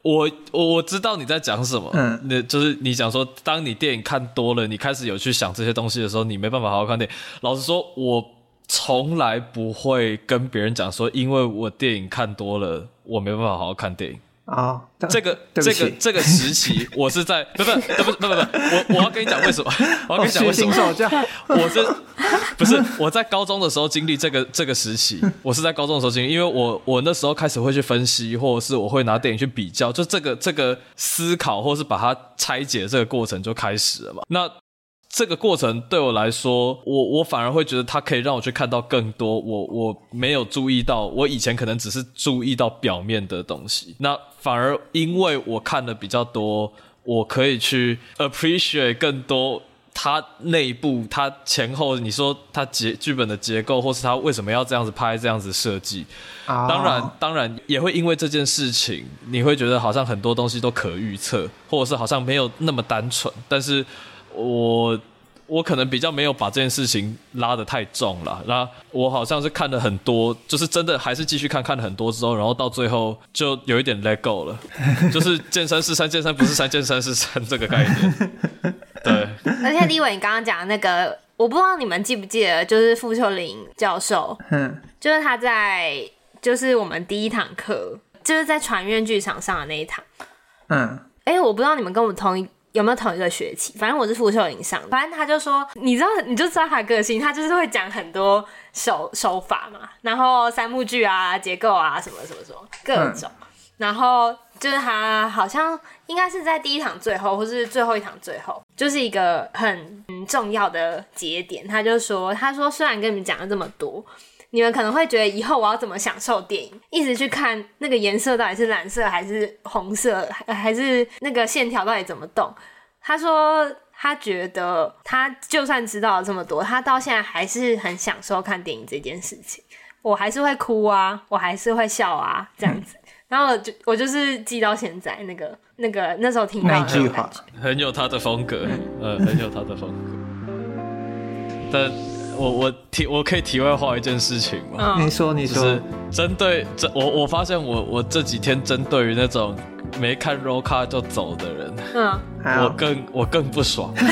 A: 我我我知道你在讲什么，
B: 嗯
A: 那就是你讲说，当你电影看多了，你开始有去想这些东西的时候，你没办法好好看电影。老实说，我从来不会跟别人讲说，因为我电影看多了，我没办法好好看电影。
B: 哦， (laughs) 但
A: 这个
B: 对不
A: 这
B: 起，
A: 个这个时
B: (laughs)
A: 期，我是在不是不是不是不是，我我要跟你讲为什么，我要
B: 哦，
A: 跟你讲
B: 虚
A: 为什
B: 心
A: 么，
B: 受教，
A: 我是不是我在高中的时候经历这个这个时期？我是在高中的时候经历，因为我我那时候开始会去分析，或者是我会拿电影去比较，就这个这个思考，或是把它拆解这个过程就开始了嘛。那这个过程对我来说，我我反而会觉得它可以让我去看到更多我我没有注意到，我以前可能只是注意到表面的东西，那反而因为我看的比较多，我可以去 appreciate 更多它内部、它前后，你说它结剧本的结构，或是它为什么要这样子拍、这样子设计，
B: 哦
A: (laughs) 当然，当然也会因为这件事情，你会觉得好像很多东西都可预测，或者是好像没有那么单纯。但是我我可能比较没有把这件事情拉得太重了。那我好像是看了很多，就是真的还是继续看看了很多之后，然后到最后就有一点 let go 了，就是健身是山，健身不是山，健身是山这个概念。对，
C: 而且立伟，你刚刚讲的那个，我不知道你们记不记得，就是傅秀林教授，
B: 嗯，
C: 就是他在就是我们第一堂课，就是在传院剧场上的那一堂。
B: 嗯，
C: 哎、我不知道你们跟我同一有没有同一个学期，反正我是傅秀林上的，反正他就说，你知道你就知道他个性，他就是会讲很多手手法嘛，然后三幕剧啊、结构啊什么什么什么各种，然后就是他好像应该是在第一堂最后，或是最后一堂最后，就是一个很嗯重要的节点。他就说，他说虽然跟你们讲了这么多，你们可能会觉得以后我要怎么享受电影，一直去看那个颜色到底是蓝色还是红色，还还是那个线条到底怎么动。他说他觉得他就算知道了这么多，他到现在还是很享受看电影这件事情。我还是会哭啊，我还是会笑啊，这样子。然后我就我就是记到现在那个那个那时候听到的
B: 那
C: 那
B: 一
C: 种
B: 句
C: 感
B: 话
C: 觉。，
A: 很有他的风格， (laughs) 呃，很有他的风格。但我我题我可以题外话一件事情吗？
C: 嗯
B: 你说，你
A: 就
B: 说
A: 是，针对这我我发现我我这几天针对于那种没看 r o l car 就走的人，
C: 嗯，
A: 我
B: 好，
A: 更我更不
B: (laughs)
A: 爽。
C: 好，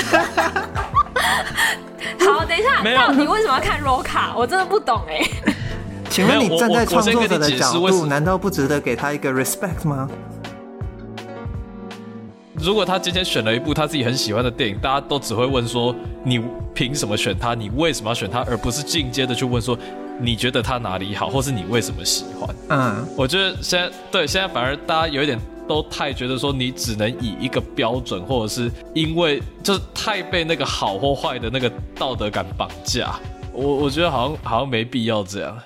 C: 等一下，
A: 没有
C: 到底为什么要看 roll 卡？我真的不懂哎、
B: 请问
A: 没有
B: 你站
A: 我
B: 在
A: 我
B: 创
A: 我先
B: 作
A: 跟
B: 者
A: 你
B: 的
A: 解释
B: 角
A: 为什
B: 度，
A: 么
B: 难道不值得给他一个 respect 吗？
A: 如果他今天选了一部他自己很喜欢的电影，大家都只会问说你凭什么选它，你为什么要选它，而不是进阶的去问说你觉得它哪里好，或是你为什么喜欢。
B: 嗯，
A: 我觉得现在对现在反而大家有一点都太觉得说你只能以一个标准，或者是因为就是太被那个好或坏的那个道德感绑架。我我觉得好像好像没必要这样。